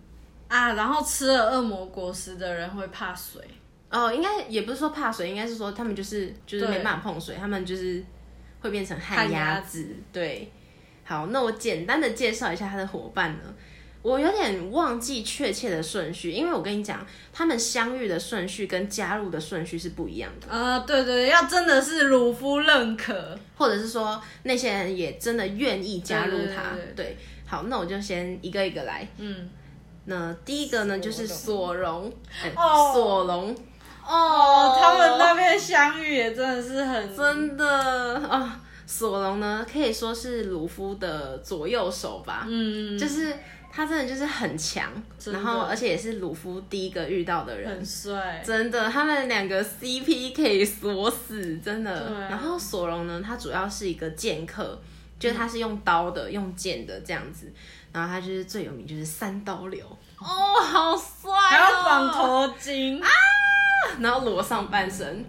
[SPEAKER 1] 啊，然后吃了恶魔果实的人会怕水，
[SPEAKER 3] 哦，应该也不是说怕水，应该是说他们就是就是
[SPEAKER 1] 对
[SPEAKER 3] 没办法碰水，他们就是会变成旱
[SPEAKER 1] 旱
[SPEAKER 3] 鸭
[SPEAKER 1] 鸭
[SPEAKER 3] 子。对，好，那我简单的介绍一下他的伙伴呢。我有点忘记确切的顺序，因为我跟你讲，他们相遇的顺序跟加入的顺序是不一样的，
[SPEAKER 1] 啊，对对，要真的是鲁夫认可，
[SPEAKER 3] 或者是说那些人也真的愿意加入他。
[SPEAKER 1] 对对对
[SPEAKER 3] 对，好，那我就先一个一个来。
[SPEAKER 1] 嗯，
[SPEAKER 3] 那第一个呢，就是索
[SPEAKER 1] 索
[SPEAKER 3] 隆，哎
[SPEAKER 1] 哦
[SPEAKER 3] 索隆，
[SPEAKER 1] 哦，他们那边相遇也真的是很
[SPEAKER 3] 真的啊、索隆呢可以说是鲁夫的左右手吧，
[SPEAKER 1] 嗯，
[SPEAKER 3] 就是他真的就是很强，
[SPEAKER 1] 真的
[SPEAKER 3] 然后而且也是鲁夫第一个遇到的人
[SPEAKER 1] 很，帅，
[SPEAKER 3] 真的，他们两个 CP 可以锁死，真的。
[SPEAKER 1] 对啊
[SPEAKER 3] 然后索隆呢，他主要是一个剑客，就是他是用刀的，用剑的这样子。然后他就是最有名就是三刀流，哦，好帅、哦！
[SPEAKER 1] 还要绑头巾，
[SPEAKER 3] 啊然后裸上半身，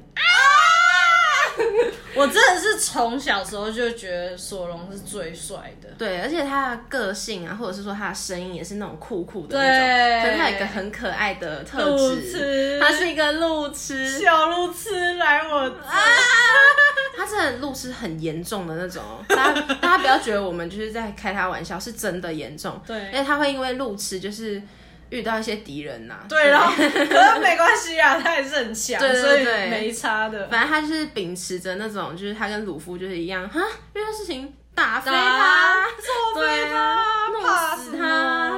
[SPEAKER 1] 我真的是从小时候就觉得索隆是最帅的，
[SPEAKER 3] 对，而且他的个性啊，或者是说他的声音也是那种酷酷的
[SPEAKER 1] 对
[SPEAKER 3] 那种，可是他有一个很可爱的特
[SPEAKER 1] 路
[SPEAKER 3] 质
[SPEAKER 1] 痴，
[SPEAKER 3] 他是一个路痴，
[SPEAKER 1] 小路痴来我啊，
[SPEAKER 3] 他真的路痴很严重的那 种哦，大家大家不要觉得我们就是在开他玩笑，是真的严重，因
[SPEAKER 1] 对
[SPEAKER 3] 为他会因为路痴就是遇到一些敌人呐、
[SPEAKER 1] 对，然 后可是没关系啊，他也是很强，
[SPEAKER 3] 对对
[SPEAKER 1] 所以
[SPEAKER 3] 对
[SPEAKER 1] 没差的。
[SPEAKER 3] 反正他就是秉持着那种，就是他跟鲁夫就是一样，哈，遇到事情打飞
[SPEAKER 1] 打
[SPEAKER 3] 他，
[SPEAKER 1] 作
[SPEAKER 3] 对
[SPEAKER 1] 废
[SPEAKER 3] 啊
[SPEAKER 1] 他，怕
[SPEAKER 3] 弄
[SPEAKER 1] 什
[SPEAKER 3] 死
[SPEAKER 1] 么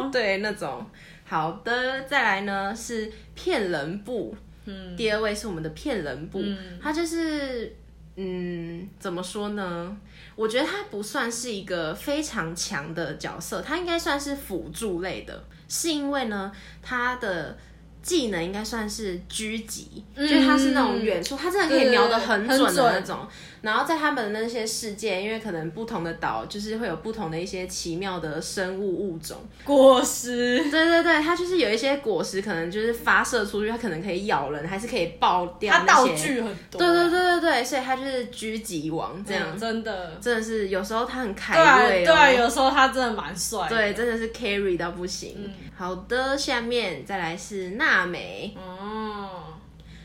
[SPEAKER 3] 他，对那种。好的，再来呢是骗人部，
[SPEAKER 1] 嗯
[SPEAKER 3] 第二位是我们的骗人部，
[SPEAKER 1] 嗯
[SPEAKER 3] 他就是嗯，怎么说呢？我觉得他不算是一个非常强的角色，他应该算是辅助类的，是因为呢他的。技能应该算是狙击，
[SPEAKER 1] 嗯
[SPEAKER 3] 就是他是那种远处，他真的可以瞄得很
[SPEAKER 1] 对对对
[SPEAKER 3] 准的那
[SPEAKER 1] 很
[SPEAKER 3] 种。然后在他们的那些世界，因为可能不同的岛就是会有不同的一些奇妙的生物物种，
[SPEAKER 1] 果实，
[SPEAKER 3] 对对对，它就是有一些果实，可能就是发射出去，它可能可以咬人，还是可以爆掉
[SPEAKER 1] 他
[SPEAKER 3] 那
[SPEAKER 1] 道
[SPEAKER 3] 些。
[SPEAKER 1] 具很多，
[SPEAKER 3] 对对对对对，所以它就是狙击王这
[SPEAKER 1] 嗯，
[SPEAKER 3] 样。
[SPEAKER 1] 真的，
[SPEAKER 3] 真的是有时候他很
[SPEAKER 1] 对啊
[SPEAKER 3] 凯瑞
[SPEAKER 1] 对
[SPEAKER 3] 哦，
[SPEAKER 1] 啊，有时候他真的蛮帅，
[SPEAKER 3] 对，，真的是 carry 到不行。好的，下面再来是娜美，
[SPEAKER 1] 哦，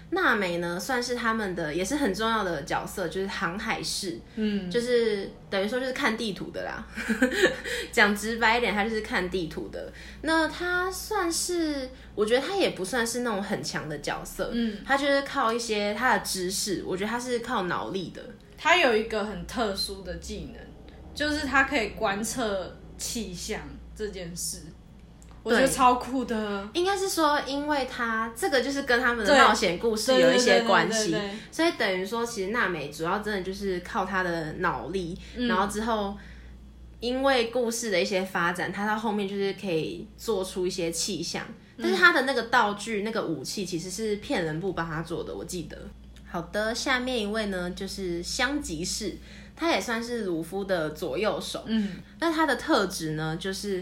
[SPEAKER 3] 娜美呢算是他们的也是很重要的角色，就是航海士，
[SPEAKER 1] 嗯，
[SPEAKER 3] 就是等于说就是看地图的啦。 讲直白一点，他就是看地图的。那他算是，我觉得他也不算是那种很强的角色，
[SPEAKER 1] 嗯，
[SPEAKER 3] 他就是靠一些他的知识，我觉得他是靠脑力的。
[SPEAKER 1] 他有一个很特殊的技能，就是他可以观测气象这件事，我觉得
[SPEAKER 3] 对
[SPEAKER 1] 超酷的。
[SPEAKER 3] 应该是说，因为他这个就是跟他们的
[SPEAKER 1] 对
[SPEAKER 3] 冒险故事
[SPEAKER 1] 对
[SPEAKER 3] 有
[SPEAKER 1] 对
[SPEAKER 3] 一
[SPEAKER 1] 对
[SPEAKER 3] 些
[SPEAKER 1] 对
[SPEAKER 3] 关
[SPEAKER 1] 对
[SPEAKER 3] 系
[SPEAKER 1] 对，
[SPEAKER 3] 所以等于说，其实娜美主要真的就是靠她的脑力，然后之后因为故事的一些发展，她到后面就是可以做出一些气象，但是她的那个道具、那个武器其实是骗人部帮她做的，我记得。好的，下面一位呢就是香吉士，他也算是鲁夫的左右手，
[SPEAKER 1] 嗯，
[SPEAKER 3] 那他的特质呢，就是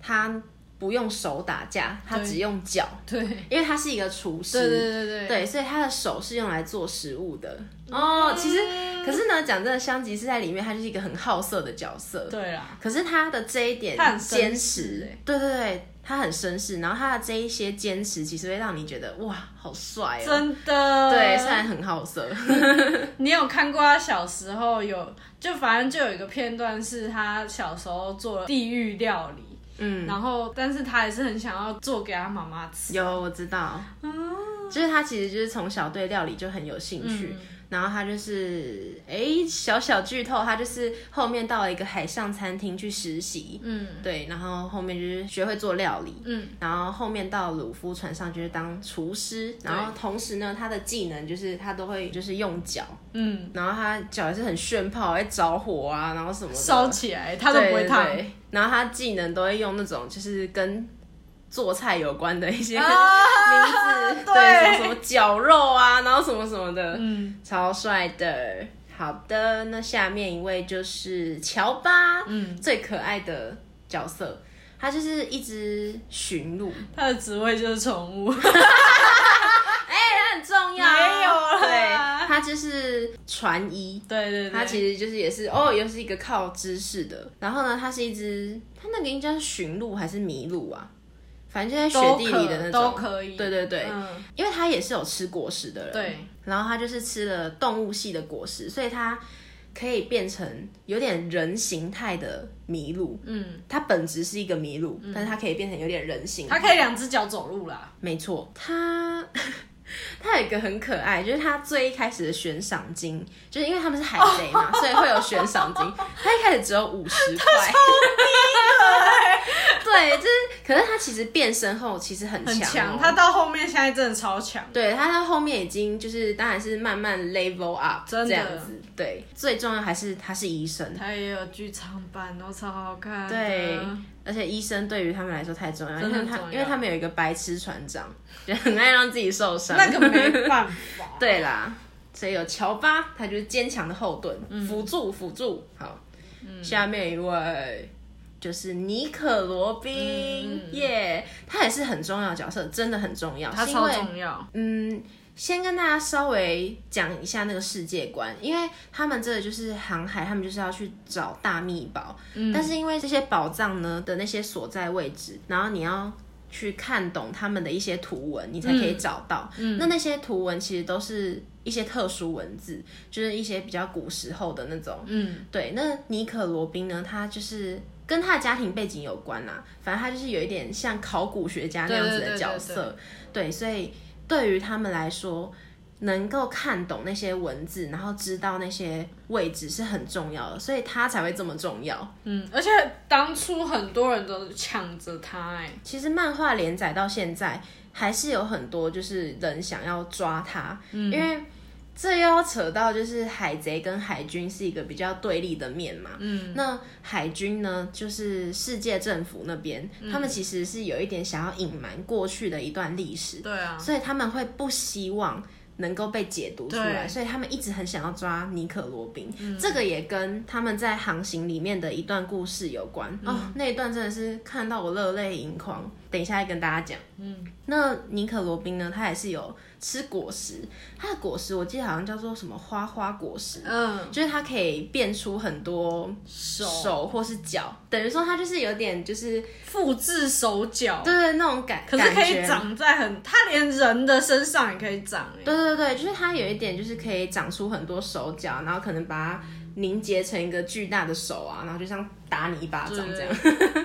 [SPEAKER 3] 他不用手打架，他
[SPEAKER 1] 对
[SPEAKER 3] 只用脚，
[SPEAKER 1] 对，
[SPEAKER 3] 因为他是一个厨师，
[SPEAKER 1] 对对对对
[SPEAKER 3] 对所以他的手是用来做食物的。
[SPEAKER 1] 嗯
[SPEAKER 3] 哦，其实可是呢，讲真的，香吉士在里面他就是一个很好色的角色，
[SPEAKER 1] 对啦，
[SPEAKER 3] 可是他的这一点
[SPEAKER 1] 他很绅士
[SPEAKER 3] 坚持，
[SPEAKER 1] 欸
[SPEAKER 3] 对对对，他很绅士，然后他的这一些坚持，其实会让你觉得哇，好帅哦。
[SPEAKER 1] 真的。
[SPEAKER 3] 对，虽然很好色，
[SPEAKER 1] 你有看过他小时候有，就反正就有一个片段是他小时候做了地狱料理。嗯，然后但是他还是很想要做给他妈妈吃，
[SPEAKER 3] 有，我知道，
[SPEAKER 1] 哦
[SPEAKER 3] 就是他其实就是从小对料理就很有兴趣，
[SPEAKER 1] 嗯
[SPEAKER 3] 然后他就是哎、诶小小剧透，他就是后面到了一个海上餐厅去实习，
[SPEAKER 1] 嗯
[SPEAKER 3] 对，然后后面就是学会做料理，
[SPEAKER 1] 嗯，
[SPEAKER 3] 然后后面到鲁夫船上就是当厨师，然后同时呢，他的技能就是他都会就是用脚，
[SPEAKER 1] 嗯，
[SPEAKER 3] 然后他脚也是很炫炮，会着火啊，然后什么的
[SPEAKER 1] 烧起来他都
[SPEAKER 3] 对
[SPEAKER 1] 不会烫，
[SPEAKER 3] 对对然后他技能都会用那种就是跟做菜有关的一些名字，
[SPEAKER 1] 啊
[SPEAKER 3] 对，
[SPEAKER 1] 对
[SPEAKER 3] 什么什么绞肉啊，然后什么什么的，
[SPEAKER 1] 嗯
[SPEAKER 3] 超帅的。好的，那下面一位就是乔巴，
[SPEAKER 1] 嗯，
[SPEAKER 3] 最可爱的角色，他就是一只驯鹿，
[SPEAKER 1] 他的职位就是宠物，
[SPEAKER 3] 他很重要
[SPEAKER 1] 没有啦
[SPEAKER 3] 对，他就是船医，
[SPEAKER 1] 对对对，
[SPEAKER 3] 它其实就是也是哦，又是一个靠知识的。然后呢，它是一只，它那个应该是驯鹿还是麋鹿啊？反正就在雪地里的那种，
[SPEAKER 1] 都可都可以
[SPEAKER 3] 对对对，
[SPEAKER 1] 嗯
[SPEAKER 3] 因为它也是有吃果实的人。
[SPEAKER 1] 对。
[SPEAKER 3] 然后它就是吃了动物系的果实，所以它可以变成有点人形态的麋鹿。
[SPEAKER 1] 嗯，
[SPEAKER 3] 它本质是一个麋鹿，但是它可以变成有点人形。
[SPEAKER 1] 它可以两只脚走路啦，
[SPEAKER 3] 没错， 它它有一个很可爱，就是它最一开始的悬赏金，就是因为他们是海贼嘛，
[SPEAKER 1] 哦
[SPEAKER 3] 所以会有悬赏金。 它一开始只有五十块， 对，就是可是它其实变身后其实很
[SPEAKER 1] 很
[SPEAKER 3] 强、
[SPEAKER 1] 强。
[SPEAKER 3] 哦，
[SPEAKER 1] 它到后面现在真的超强，
[SPEAKER 3] 对，它到后面已经就是当然是慢慢 level up
[SPEAKER 1] 真的
[SPEAKER 3] 这样子，对，最重要还是他是医生，
[SPEAKER 1] 它也有剧场版哦，超好看。
[SPEAKER 3] 对，而且医生对于他们来说太重要，
[SPEAKER 1] 真
[SPEAKER 3] 因
[SPEAKER 1] 的
[SPEAKER 3] 为
[SPEAKER 1] 很
[SPEAKER 3] 他
[SPEAKER 1] 重要
[SPEAKER 3] 因为他们有一个白痴船长，就很爱让自己受伤。
[SPEAKER 1] 那个没办法。
[SPEAKER 3] 对啦，所以有乔巴，他就是坚强的后盾，
[SPEAKER 1] 嗯
[SPEAKER 3] 辅助辅助。好，下面一位就是尼可罗宾，耶、他也是很重要的角色，真的很重要，
[SPEAKER 1] 它
[SPEAKER 3] 是
[SPEAKER 1] 嗯
[SPEAKER 3] 因
[SPEAKER 1] 超
[SPEAKER 3] 为
[SPEAKER 1] 重要，
[SPEAKER 3] 嗯，先跟大家稍微讲一下那个世界观，因为他们这个就是航海，他们就是要去找大秘宝，但是因为这些宝藏呢的那些所在位置，然后你要。去看懂他们的一些图文，你才可以找到。那那些图文其实都是一些特殊文字，就是一些比较古时候的那种
[SPEAKER 1] 嗯，
[SPEAKER 3] 对，那尼可罗宾呢，他就是跟他的家庭背景有关啦、反正他就是有一点像考古学家那样子的角色，对，所以对于他们来说。能够看懂那些文字，然后知道那些位置是很重要的，所以他才会这么重要。
[SPEAKER 1] 嗯，而且当初很多人都抢着它，哎，
[SPEAKER 3] 其实漫画连载到现在，还是有很多就是人想要抓他，因为这又要扯到就是海贼跟海军是一个比较对立的面嘛。嗯，那海军呢，就是世界政府那边，他们其实是有一点想要隐瞒过去的一段历史，
[SPEAKER 1] 对啊，
[SPEAKER 3] 所以他们会不希望。能够被解读出来，
[SPEAKER 1] 对嗯
[SPEAKER 3] 所以他们一直很想要抓尼可罗宾，这个也跟他们在航行里面的一段故事有关、
[SPEAKER 1] 嗯
[SPEAKER 3] 哦。那一段真的是看到我热泪盈眶，等一下再跟大家讲。
[SPEAKER 1] 嗯
[SPEAKER 3] 那尼可罗宾呢，他也是有吃果实，他的果实我记得好像叫做什么花花果实，
[SPEAKER 1] 嗯，
[SPEAKER 3] 就是它可以变出很多
[SPEAKER 1] 手
[SPEAKER 3] 或是脚，等于说它就是有点就是
[SPEAKER 1] 复制手脚，
[SPEAKER 3] 对对那种感，
[SPEAKER 1] 可是可
[SPEAKER 3] 感
[SPEAKER 1] 以
[SPEAKER 3] 觉。
[SPEAKER 1] 长在很，它连人的身上也可以长，哎，
[SPEAKER 3] 对对对，就是它有一点就是可以长出很多手脚，然后可能把它凝结成一个巨大的手啊，然后就像打你一巴掌这样。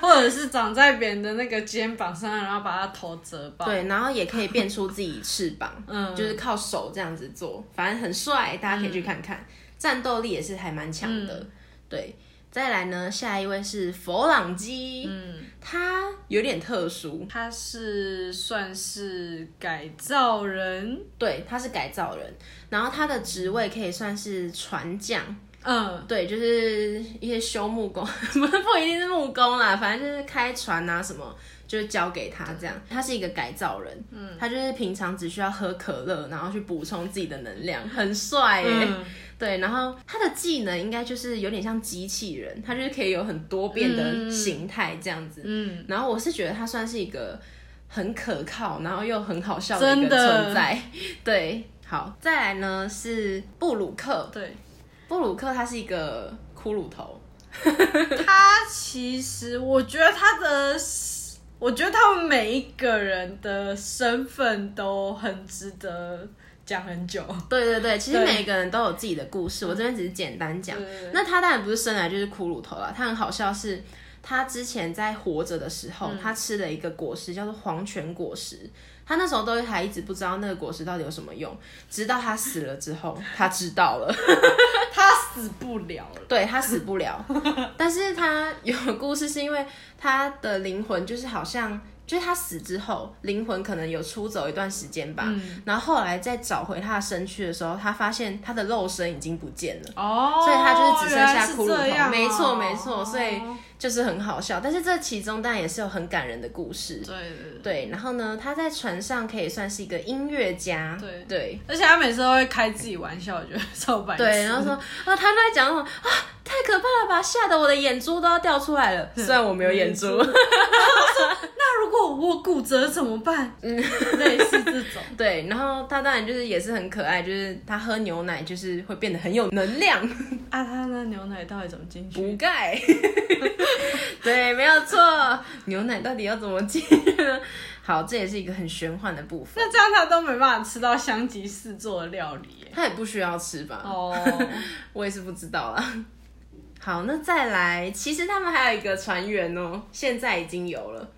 [SPEAKER 1] 或者是长在别人的那个肩膀上，然后把他头折爆，
[SPEAKER 3] 对，然后也可以变出自己翅 膀，
[SPEAKER 1] 嗯
[SPEAKER 3] 就是靠手这样子做，反正很帅，大家可以去看看。战斗力也是还蛮强的，对。再来呢，下一位是佛朗基，嗯，他有点特殊，
[SPEAKER 1] 嗯他是算是改造人，
[SPEAKER 3] 对，他是改造人，然后他的职位可以算是船匠，
[SPEAKER 1] 嗯，
[SPEAKER 3] 对，就是一些修木工， 不不一定是木工啦，反正就是开船啊什么，就是交给他这样。他是一个改造人，嗯，他就是平常只需要喝可乐，然后去补充自己的能量，很帅耶、
[SPEAKER 1] 嗯
[SPEAKER 3] 对，然后他的技能应该就是有点像机器人，他就是可以有很多变的形态这样子。
[SPEAKER 1] 嗯，
[SPEAKER 3] 然后我是觉得他算是一个很可靠，然后又很好笑的一
[SPEAKER 1] 真
[SPEAKER 3] 个
[SPEAKER 1] 的
[SPEAKER 3] 存在。对，好，再来呢是布鲁克，
[SPEAKER 1] 对，
[SPEAKER 3] 布鲁克他是一个骷髅头，
[SPEAKER 1] 他其实我觉得他的。我觉得他们每一个人的身份都很值得讲很久。
[SPEAKER 3] 对对对，其实
[SPEAKER 1] 对
[SPEAKER 3] 每个人都有自己的故事，我这边只是简单讲
[SPEAKER 1] 对对对。
[SPEAKER 3] 那他当然不是生来就是骷髅头了，他很好笑是。他之前在活着的时候，他吃了一个果实，叫做黄泉果实。他那时候都还一直不知道那个果实到底有什么用，直到他死了之后，他知道了。
[SPEAKER 1] 他死不了了。
[SPEAKER 3] 对他死 不了，但是他有故事是因为他的灵魂就是好像。就是他死之后，灵魂可能有出走一段时间吧，
[SPEAKER 1] 嗯
[SPEAKER 3] 然后后来再找回他的身躯的时候，他发现他的肉身已经不见了，
[SPEAKER 1] 哦，
[SPEAKER 3] 所以他就是只剩下骷
[SPEAKER 1] 原来是这
[SPEAKER 3] 髅头。
[SPEAKER 1] 样哦哦
[SPEAKER 3] 没错没错，所以就是很好笑。但是这其中当然也是有很感人的故事。
[SPEAKER 1] 对对对，
[SPEAKER 3] 对，然后呢，他在船上可以算是一个音乐家。
[SPEAKER 1] 对
[SPEAKER 3] 对，
[SPEAKER 1] 而且他每次都会开自己玩笑，我觉得超白痴。
[SPEAKER 3] 对，然后说啊，他都在讲什么啊，太可怕了吧，吓得我的眼珠都要掉出来了。 虽然我没有眼珠，
[SPEAKER 1] 那如果我骨折怎么办？嗯， 类似这种。
[SPEAKER 3] 对，然后他当然就是也是很可爱，就是他喝牛奶就是会变得很有能量，
[SPEAKER 1] 啊，他那牛奶到底怎么进去？
[SPEAKER 3] 补钙。 对，没有错，牛奶到底要怎么进呢？ 好，这也是一个很玄幻的部分。
[SPEAKER 1] 那这样他都没办法吃到香吉士做的料理耶。
[SPEAKER 3] 他也不需要吃吧？
[SPEAKER 1] 哦，
[SPEAKER 3] 我也是不知道啦。 好，那再来，其实他们还有一个船员哦，现在已经有了，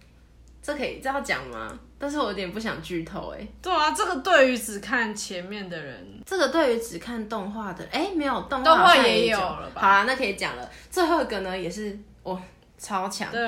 [SPEAKER 3] 这可以这要讲吗？但是我有点不想剧透哎、
[SPEAKER 1] 对啊，这个对于只看前面的人，
[SPEAKER 3] 这个对于只看动画的，哎、没有动画
[SPEAKER 1] 动画
[SPEAKER 3] 好像
[SPEAKER 1] 也
[SPEAKER 3] 也
[SPEAKER 1] 有
[SPEAKER 3] 讲
[SPEAKER 1] 了吧
[SPEAKER 3] 好啦，那可以讲了。最后一个呢，也是哇，超强，有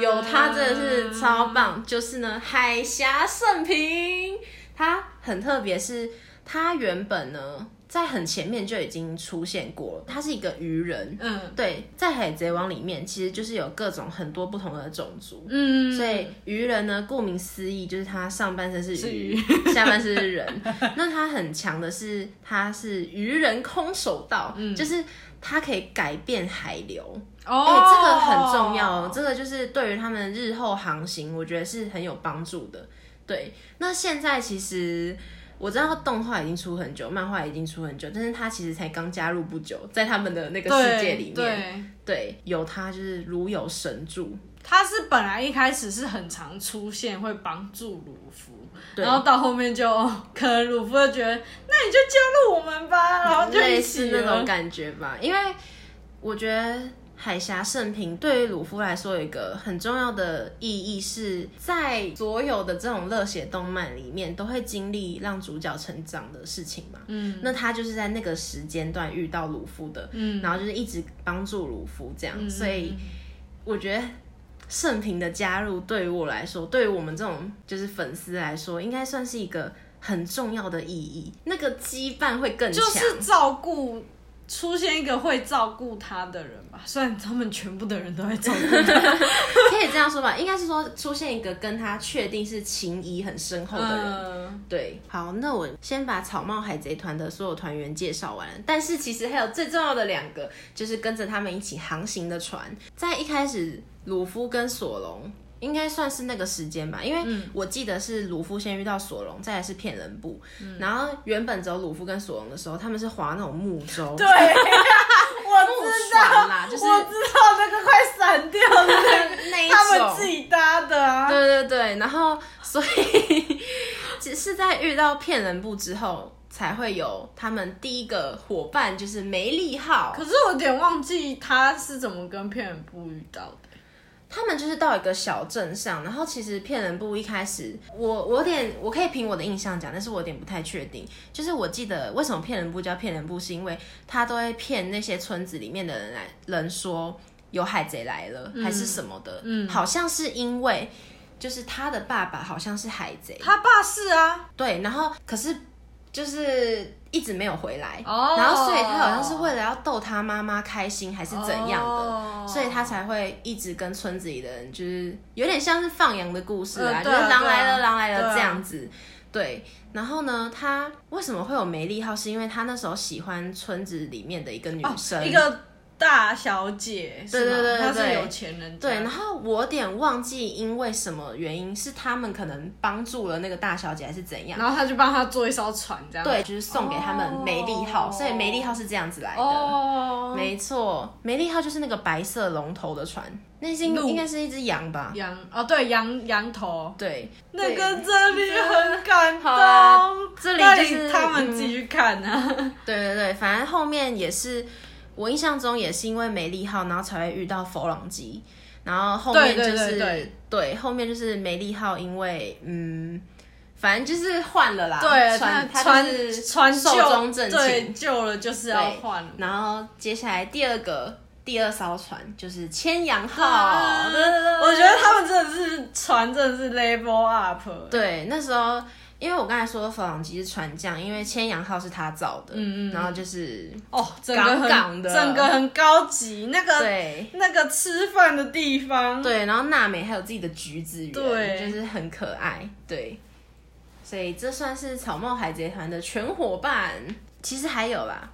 [SPEAKER 1] 有
[SPEAKER 3] 他真的是超棒，就是呢，海峡盛平，他很特别，是他原本呢在很前面就已经出现过了，他是一个鱼人。
[SPEAKER 1] 嗯
[SPEAKER 3] 对，在《海贼王》里面，其实就是有各种很多不同的种族，
[SPEAKER 1] 嗯，
[SPEAKER 3] 所以鱼人呢，顾名思义就是他上半身是
[SPEAKER 1] 是
[SPEAKER 3] 鱼，下半身是人。那他很强的是，他是鱼人空手道，就是他可以改变海流。
[SPEAKER 1] 哦、
[SPEAKER 3] 哎、这个很重要哦，这个就是对于他们日后航行，我觉得是很有帮助的。对，那现在其实我知道动画已经出很久，漫画已经出很久，但是它其实才刚加入不久，在他们的那个世界里面，
[SPEAKER 1] 对对
[SPEAKER 3] 对有它就是如有神助。
[SPEAKER 1] 他是本来一开始是很常出现，会帮助鲁夫，
[SPEAKER 3] 对
[SPEAKER 1] 然后到后面就哦可能鲁夫就觉得，那你就加入我们吧，然后就
[SPEAKER 3] 嗯类
[SPEAKER 1] 一
[SPEAKER 3] 似
[SPEAKER 1] 起
[SPEAKER 3] 那种
[SPEAKER 1] 了。
[SPEAKER 3] 感觉吧。因为我觉得海峡盛平对于鲁夫来说有一个很重要的意义是，在所有的这种热血动漫里面，都会经历让主角成长的事情嘛。
[SPEAKER 1] 嗯
[SPEAKER 3] 那他就是在那个时间段遇到鲁夫的，
[SPEAKER 1] 嗯
[SPEAKER 3] 然后就是一直帮助鲁夫这样，
[SPEAKER 1] 嗯
[SPEAKER 3] 所以我觉得。盛平的加入对于我来说，对于我们这种就是粉丝来说，应该算是一个很重要的意义。那个羁绊会更
[SPEAKER 1] 就
[SPEAKER 3] 强，
[SPEAKER 1] 是照顾出现一个会照顾他的人吧，虽然他们全部的人都在照顾他，
[SPEAKER 3] 可以这样说吧，应该是说出现一个跟他确定是情谊很深厚的人。
[SPEAKER 1] 嗯，
[SPEAKER 3] 对，好，那我先把草帽海贼团的所有团员介绍完了，但是其实还有最重要的两个，就是跟着他们一起航行的船。在一开始，鲁夫跟索隆应该算是那个时间吧，因为
[SPEAKER 1] 嗯
[SPEAKER 3] 我记得是鲁夫先遇到索隆，再来是骗人部，
[SPEAKER 1] 嗯
[SPEAKER 3] 然后原本只有鲁夫跟索隆的时候，他们是划那种木舟，
[SPEAKER 1] 对，我知道，
[SPEAKER 3] 船啦，就是
[SPEAKER 1] 我知道那个快闪掉的那个，
[SPEAKER 3] 那一
[SPEAKER 1] 他们
[SPEAKER 3] 种
[SPEAKER 1] 自己搭的啊，
[SPEAKER 3] 对对对，然后所以只是在遇到骗人部之后，才会有他们第一个伙伴就是梅利号
[SPEAKER 1] 可。是我有点忘记他是怎么跟骗人部遇到的。
[SPEAKER 3] 他们就是到一个小镇上，然后其实骗人部一开始，我我有点我可以凭我的印象讲，但是我有点不太确定。就是我记得为什么骗人部叫骗人部，是因为他都会骗那些村子里面的人来人说有海贼来了、还是什么的，嗯，好像是因为就是他的爸爸好像是海贼，
[SPEAKER 1] 他爸是啊，
[SPEAKER 3] 对，然后可是就是一直没有回来
[SPEAKER 1] 哦
[SPEAKER 3] 然后所以他好像是为了要逗他妈妈开心还是怎样的
[SPEAKER 1] 哦
[SPEAKER 3] 所以他才会一直跟村子里的人，就是有点像是放羊的故事啊，
[SPEAKER 1] 嗯
[SPEAKER 3] 就
[SPEAKER 1] 对
[SPEAKER 3] 是
[SPEAKER 1] 啊
[SPEAKER 3] 狼来了、
[SPEAKER 1] 对啊
[SPEAKER 3] 狼来
[SPEAKER 1] 对
[SPEAKER 3] 了
[SPEAKER 1] 啊
[SPEAKER 3] 这样子。对，然后呢，他为什么会有梅利号？是因为他那时候喜欢村子里面的一个女生，
[SPEAKER 1] 哦一个大小姐，是吗
[SPEAKER 3] 对对对
[SPEAKER 1] 他是
[SPEAKER 3] 对
[SPEAKER 1] 有钱人家，
[SPEAKER 3] 对，然后我有点忘记因为什么原因，是他们可能帮助了那个大小姐还是怎样。
[SPEAKER 1] 然后他就帮他做一艘船，这样
[SPEAKER 3] 对，就是送给他们梅利号，
[SPEAKER 1] 嗯哦
[SPEAKER 3] 所以梅利号是这样子来的。
[SPEAKER 1] 哦，
[SPEAKER 3] 没错，梅利号就是那个白色龙头的船，那是应
[SPEAKER 1] 鹿
[SPEAKER 3] 应该是一只羊吧？
[SPEAKER 1] 羊哦，对羊羊头，
[SPEAKER 3] 对，
[SPEAKER 1] 那
[SPEAKER 3] 对
[SPEAKER 1] 个这里 很感
[SPEAKER 3] 好啊
[SPEAKER 1] 动，
[SPEAKER 3] 这里
[SPEAKER 1] 那
[SPEAKER 3] 就是
[SPEAKER 1] 他们自己去看啊，
[SPEAKER 3] 对对对，反正后面也是，我印象中也是因为梅利号，然后才会遇到佛朗机，然后后面就
[SPEAKER 1] 对
[SPEAKER 3] 是
[SPEAKER 1] 对对对
[SPEAKER 3] 对后面就是梅利号，因为嗯，反正就是换了啦，
[SPEAKER 1] 对，
[SPEAKER 3] 船
[SPEAKER 1] 他
[SPEAKER 3] 它
[SPEAKER 1] 船
[SPEAKER 3] 就是
[SPEAKER 1] 船
[SPEAKER 3] 寿
[SPEAKER 1] 救
[SPEAKER 3] 终正
[SPEAKER 1] 对
[SPEAKER 3] 寝，
[SPEAKER 1] 救了就是要换了。
[SPEAKER 3] 然后接下来第二个第二艘船就是千阳号，
[SPEAKER 1] 啊
[SPEAKER 3] 对对对对
[SPEAKER 1] 我觉得他们真的是船，真的是 level up，
[SPEAKER 3] 对，那时候因为我刚才说弗朗基是船匠，因为千阳号是他造的，
[SPEAKER 1] 嗯嗯嗯
[SPEAKER 3] 然后就是
[SPEAKER 1] 哦，整个很
[SPEAKER 3] 港港的
[SPEAKER 1] 整个很高级，那个
[SPEAKER 3] 对
[SPEAKER 1] 那个吃饭的地方，
[SPEAKER 3] 对，然后娜美还有自己的橘子园，
[SPEAKER 1] 对
[SPEAKER 3] 就是很可爱，对，所以这算是草帽海贼团的全伙伴。其实还有啦，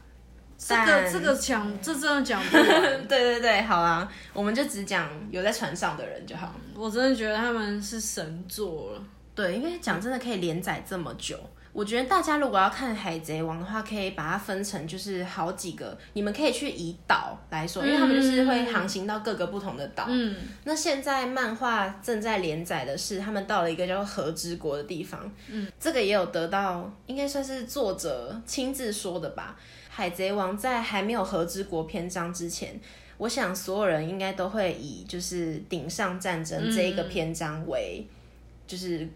[SPEAKER 1] 这个
[SPEAKER 3] 但
[SPEAKER 1] 这个讲这真的讲不完，
[SPEAKER 3] 对对对，好啦，我们就只讲有在船上的人就好。
[SPEAKER 1] 我真的觉得他们是神作
[SPEAKER 3] 嗯
[SPEAKER 1] 了。
[SPEAKER 3] 对，因为讲真的可以连载这么久。我觉得大家如果要看《海贼王》的话，可以把它分成就是好几个，你们可以去以岛来说，因为他们就是会航行到各个不同的岛。
[SPEAKER 1] 嗯，
[SPEAKER 3] 那现在漫画正在连载的是，他们到了一个叫做和之国的地方。嗯，这个也有得到，应该算是作者亲自说的吧。《海贼王》在还没有和之国篇章之前，我想所有人应该都会以就是顶上战争这
[SPEAKER 1] 嗯
[SPEAKER 3] 一个篇章为就是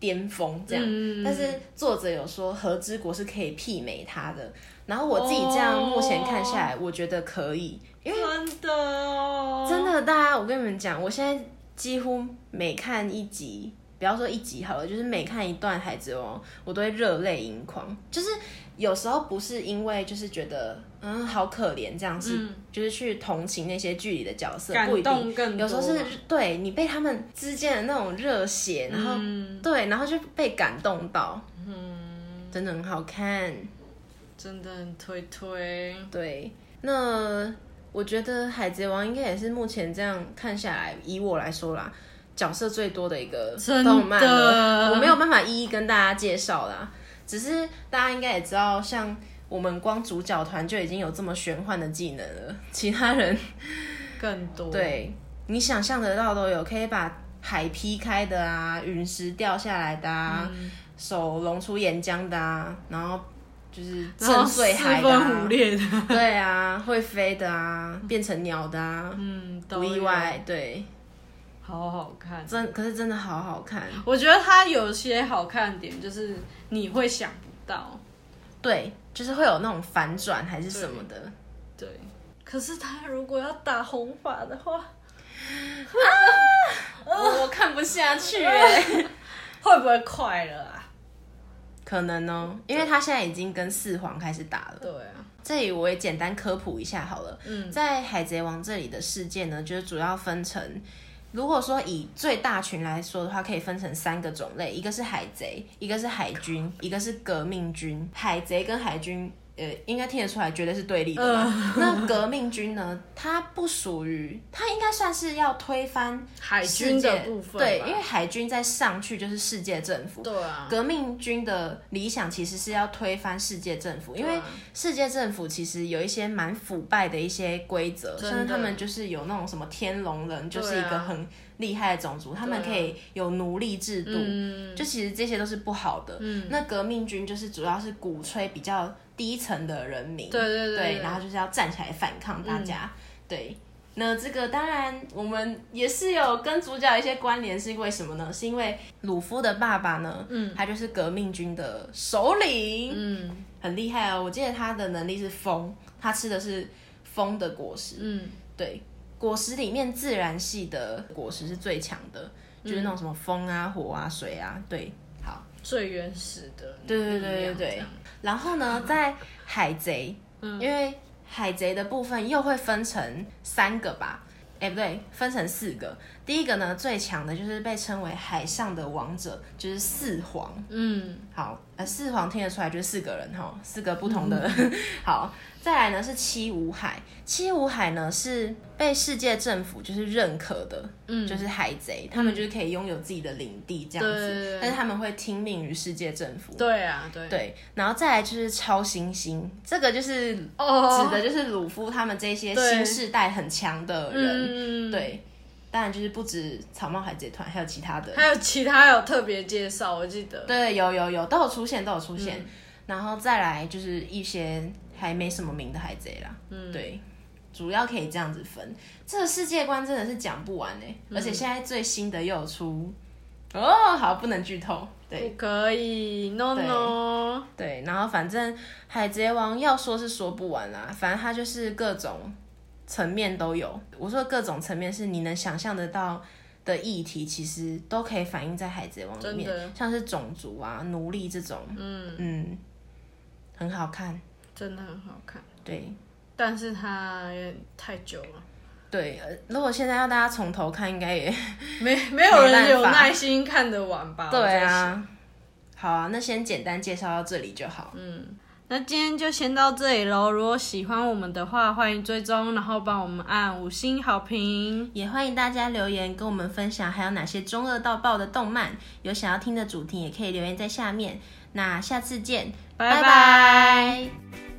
[SPEAKER 3] 巅峰这样。
[SPEAKER 1] 嗯
[SPEAKER 3] 但是作者有说和之国是可以媲美它的，然后我自己
[SPEAKER 1] 哦
[SPEAKER 3] 这样目前看下来，我觉得可以，因为
[SPEAKER 1] 真的哦，
[SPEAKER 3] 真的，大家，我跟你们讲，我现在几乎每看一集不要说一集好了，就是每看一段《海贼王》，我都会热泪盈眶。就是有时候不是因为就是觉得嗯好可怜这样子，
[SPEAKER 1] 嗯
[SPEAKER 3] 就是去同情那些剧里的角色，
[SPEAKER 1] 感
[SPEAKER 3] 不一定。
[SPEAKER 1] 动更多。
[SPEAKER 3] 有时候是对你被他们之间的那种热血，然后、
[SPEAKER 1] 嗯，
[SPEAKER 3] 对，然后就被感动到，嗯，真的很好看。
[SPEAKER 1] 真的很推推。
[SPEAKER 3] 对，那我觉得《海贼王》应该也是目前这样看下来，以我来说啦，角色最多的一个
[SPEAKER 1] 真的
[SPEAKER 3] 动漫了。我没有办法一一跟大家介绍啦，只是大家应该也知道，像我们光主角团就已经有这么玄幻的技能了，其他人
[SPEAKER 1] 更多。，
[SPEAKER 3] 对你想象得到都有，可以把海劈开的啊，
[SPEAKER 1] 嗯
[SPEAKER 3] 陨石掉下来的啊，手龙出岩浆的啊，然后就是
[SPEAKER 1] 然后
[SPEAKER 3] 震
[SPEAKER 1] 四
[SPEAKER 3] 碎海的、
[SPEAKER 1] 分
[SPEAKER 3] 啊
[SPEAKER 1] 五，裂的，
[SPEAKER 3] 对啊，会飞的啊，变成鸟的啊，
[SPEAKER 1] 嗯，
[SPEAKER 3] 不
[SPEAKER 1] 都
[SPEAKER 3] 意
[SPEAKER 1] 有，
[SPEAKER 3] 外，对，啊
[SPEAKER 1] 好好看。
[SPEAKER 3] 真可是真的好好看，
[SPEAKER 1] 我觉得它有些好看点就是你会想不到，
[SPEAKER 3] 对，就是会有那种反转还是什么的，
[SPEAKER 1] 对。可是他如果要打红发的话，
[SPEAKER 3] 我我看不下去、欸，
[SPEAKER 1] 会不会快了啊？
[SPEAKER 3] 可能哦，因为他现在已经跟四皇开始打了。
[SPEAKER 1] 对啊，
[SPEAKER 3] 这里我也简单科普一下好了。
[SPEAKER 1] 嗯
[SPEAKER 3] 在《海贼王》这里的事件呢，就是主要分成，如果说以最大群来说的话，可以分成三个种类，一个是海贼，一个是海军，一个是革命军。海贼跟海军。呃，应该听得出来，绝对是对立的嘛。
[SPEAKER 1] 嗯
[SPEAKER 3] 那革命军呢？它不属于，它应该算是要推翻
[SPEAKER 1] 海
[SPEAKER 3] 世
[SPEAKER 1] 军
[SPEAKER 3] 界
[SPEAKER 1] 的部分吧，
[SPEAKER 3] 对，因为海军再上去就是世界政府。
[SPEAKER 1] 对啊，
[SPEAKER 3] 革命军的理想其实是要推翻世界政府，因
[SPEAKER 1] 对
[SPEAKER 3] 为
[SPEAKER 1] 啊
[SPEAKER 3] 世界政府其实有一些蛮腐败的一些规则，
[SPEAKER 1] 真的啊
[SPEAKER 3] 像是他们就是有那种什么天龙人，就是一个很厉害的种族，他们可以有奴隶制度，
[SPEAKER 1] 嗯，
[SPEAKER 3] 就其实这些都是不好的。
[SPEAKER 1] 嗯
[SPEAKER 3] 那革命军就是主要是鼓吹比较低层的人民，
[SPEAKER 1] 对对对对嗯
[SPEAKER 3] 然后就是要站起来反抗大家，对。那这个当然，我们也是有跟主角有一些关联，是为什么呢？是因为鲁夫的爸爸呢，嗯，他就是革命军的首领，
[SPEAKER 1] 嗯
[SPEAKER 3] 很厉害哦。我记得他的能力是风，他吃的是风的果实，
[SPEAKER 1] 嗯，
[SPEAKER 3] 对，果实里面自然系的果实是最强的，就是那种什么风啊、火啊、水啊，对，好。
[SPEAKER 1] 最原始的嗯力量，嗯
[SPEAKER 3] 对对对对
[SPEAKER 1] 这
[SPEAKER 3] 对
[SPEAKER 1] 样。
[SPEAKER 3] 然后呢，在海贼，因为海贼的部分又会分成三个吧。哎，不对，分成四个。第一个呢，最强的就是被称为海上的王者，就是四皇。
[SPEAKER 1] 嗯，
[SPEAKER 3] 好，呃，四皇听得出来就是四个人哈，四个不同的。
[SPEAKER 1] 嗯
[SPEAKER 3] 好，再来呢是七武海，七武海呢是被世界政府就是认可的，嗯，就是海贼，他们就是可以拥有自己的领地这样子，
[SPEAKER 1] 对对对
[SPEAKER 3] 但是他们会听命于世界政府。
[SPEAKER 1] 对啊，对
[SPEAKER 3] 对，然后再来就是超新星，这个就是指
[SPEAKER 1] 哦，
[SPEAKER 3] 的就是鲁夫他们这些
[SPEAKER 1] 对
[SPEAKER 3] 新世代很强的人，
[SPEAKER 1] 嗯，
[SPEAKER 3] 对，当然就是不止草帽海贼团，还有其他的，
[SPEAKER 1] 还有其他有特别介绍，我记得，
[SPEAKER 3] 对，有有有都有出现，都有出现，然后再来就是一些还没什么名的海贼啦，嗯，对。主要可以这样子分，这个世界观真的是讲不完哎、而且现在最新的又有出，哦，好不能剧透，对，
[SPEAKER 1] 不可以，no no，
[SPEAKER 3] 对，然后反正《海贼王》要说是说不完啦，反正它就是各种层面都有。我说的各种层面是你能想象得到的议题，其实都可以反映在《海贼王》里
[SPEAKER 1] 真的
[SPEAKER 3] 面，像是种族啊、奴隶这种，嗯嗯，很好看。
[SPEAKER 1] 真的很好看，
[SPEAKER 3] 对
[SPEAKER 1] 但是它有点太久了，
[SPEAKER 3] 对，呃如果现在要大家从头看，应该也
[SPEAKER 1] 没没有人有
[SPEAKER 3] 没办法
[SPEAKER 1] 耐心看得完吧？我
[SPEAKER 3] 对
[SPEAKER 1] 在想。
[SPEAKER 3] 啊。好啊，那先简单介绍到这里就好。
[SPEAKER 1] 那今天就先到这里喽。如果喜欢我们的话，欢迎追踪，然后帮我们按五星好评。
[SPEAKER 3] 也欢迎大家留言跟我们分享，还有哪些中二到爆的动漫，有想要听的主题也可以留言在下面。那下次见，
[SPEAKER 1] 拜
[SPEAKER 3] 拜拜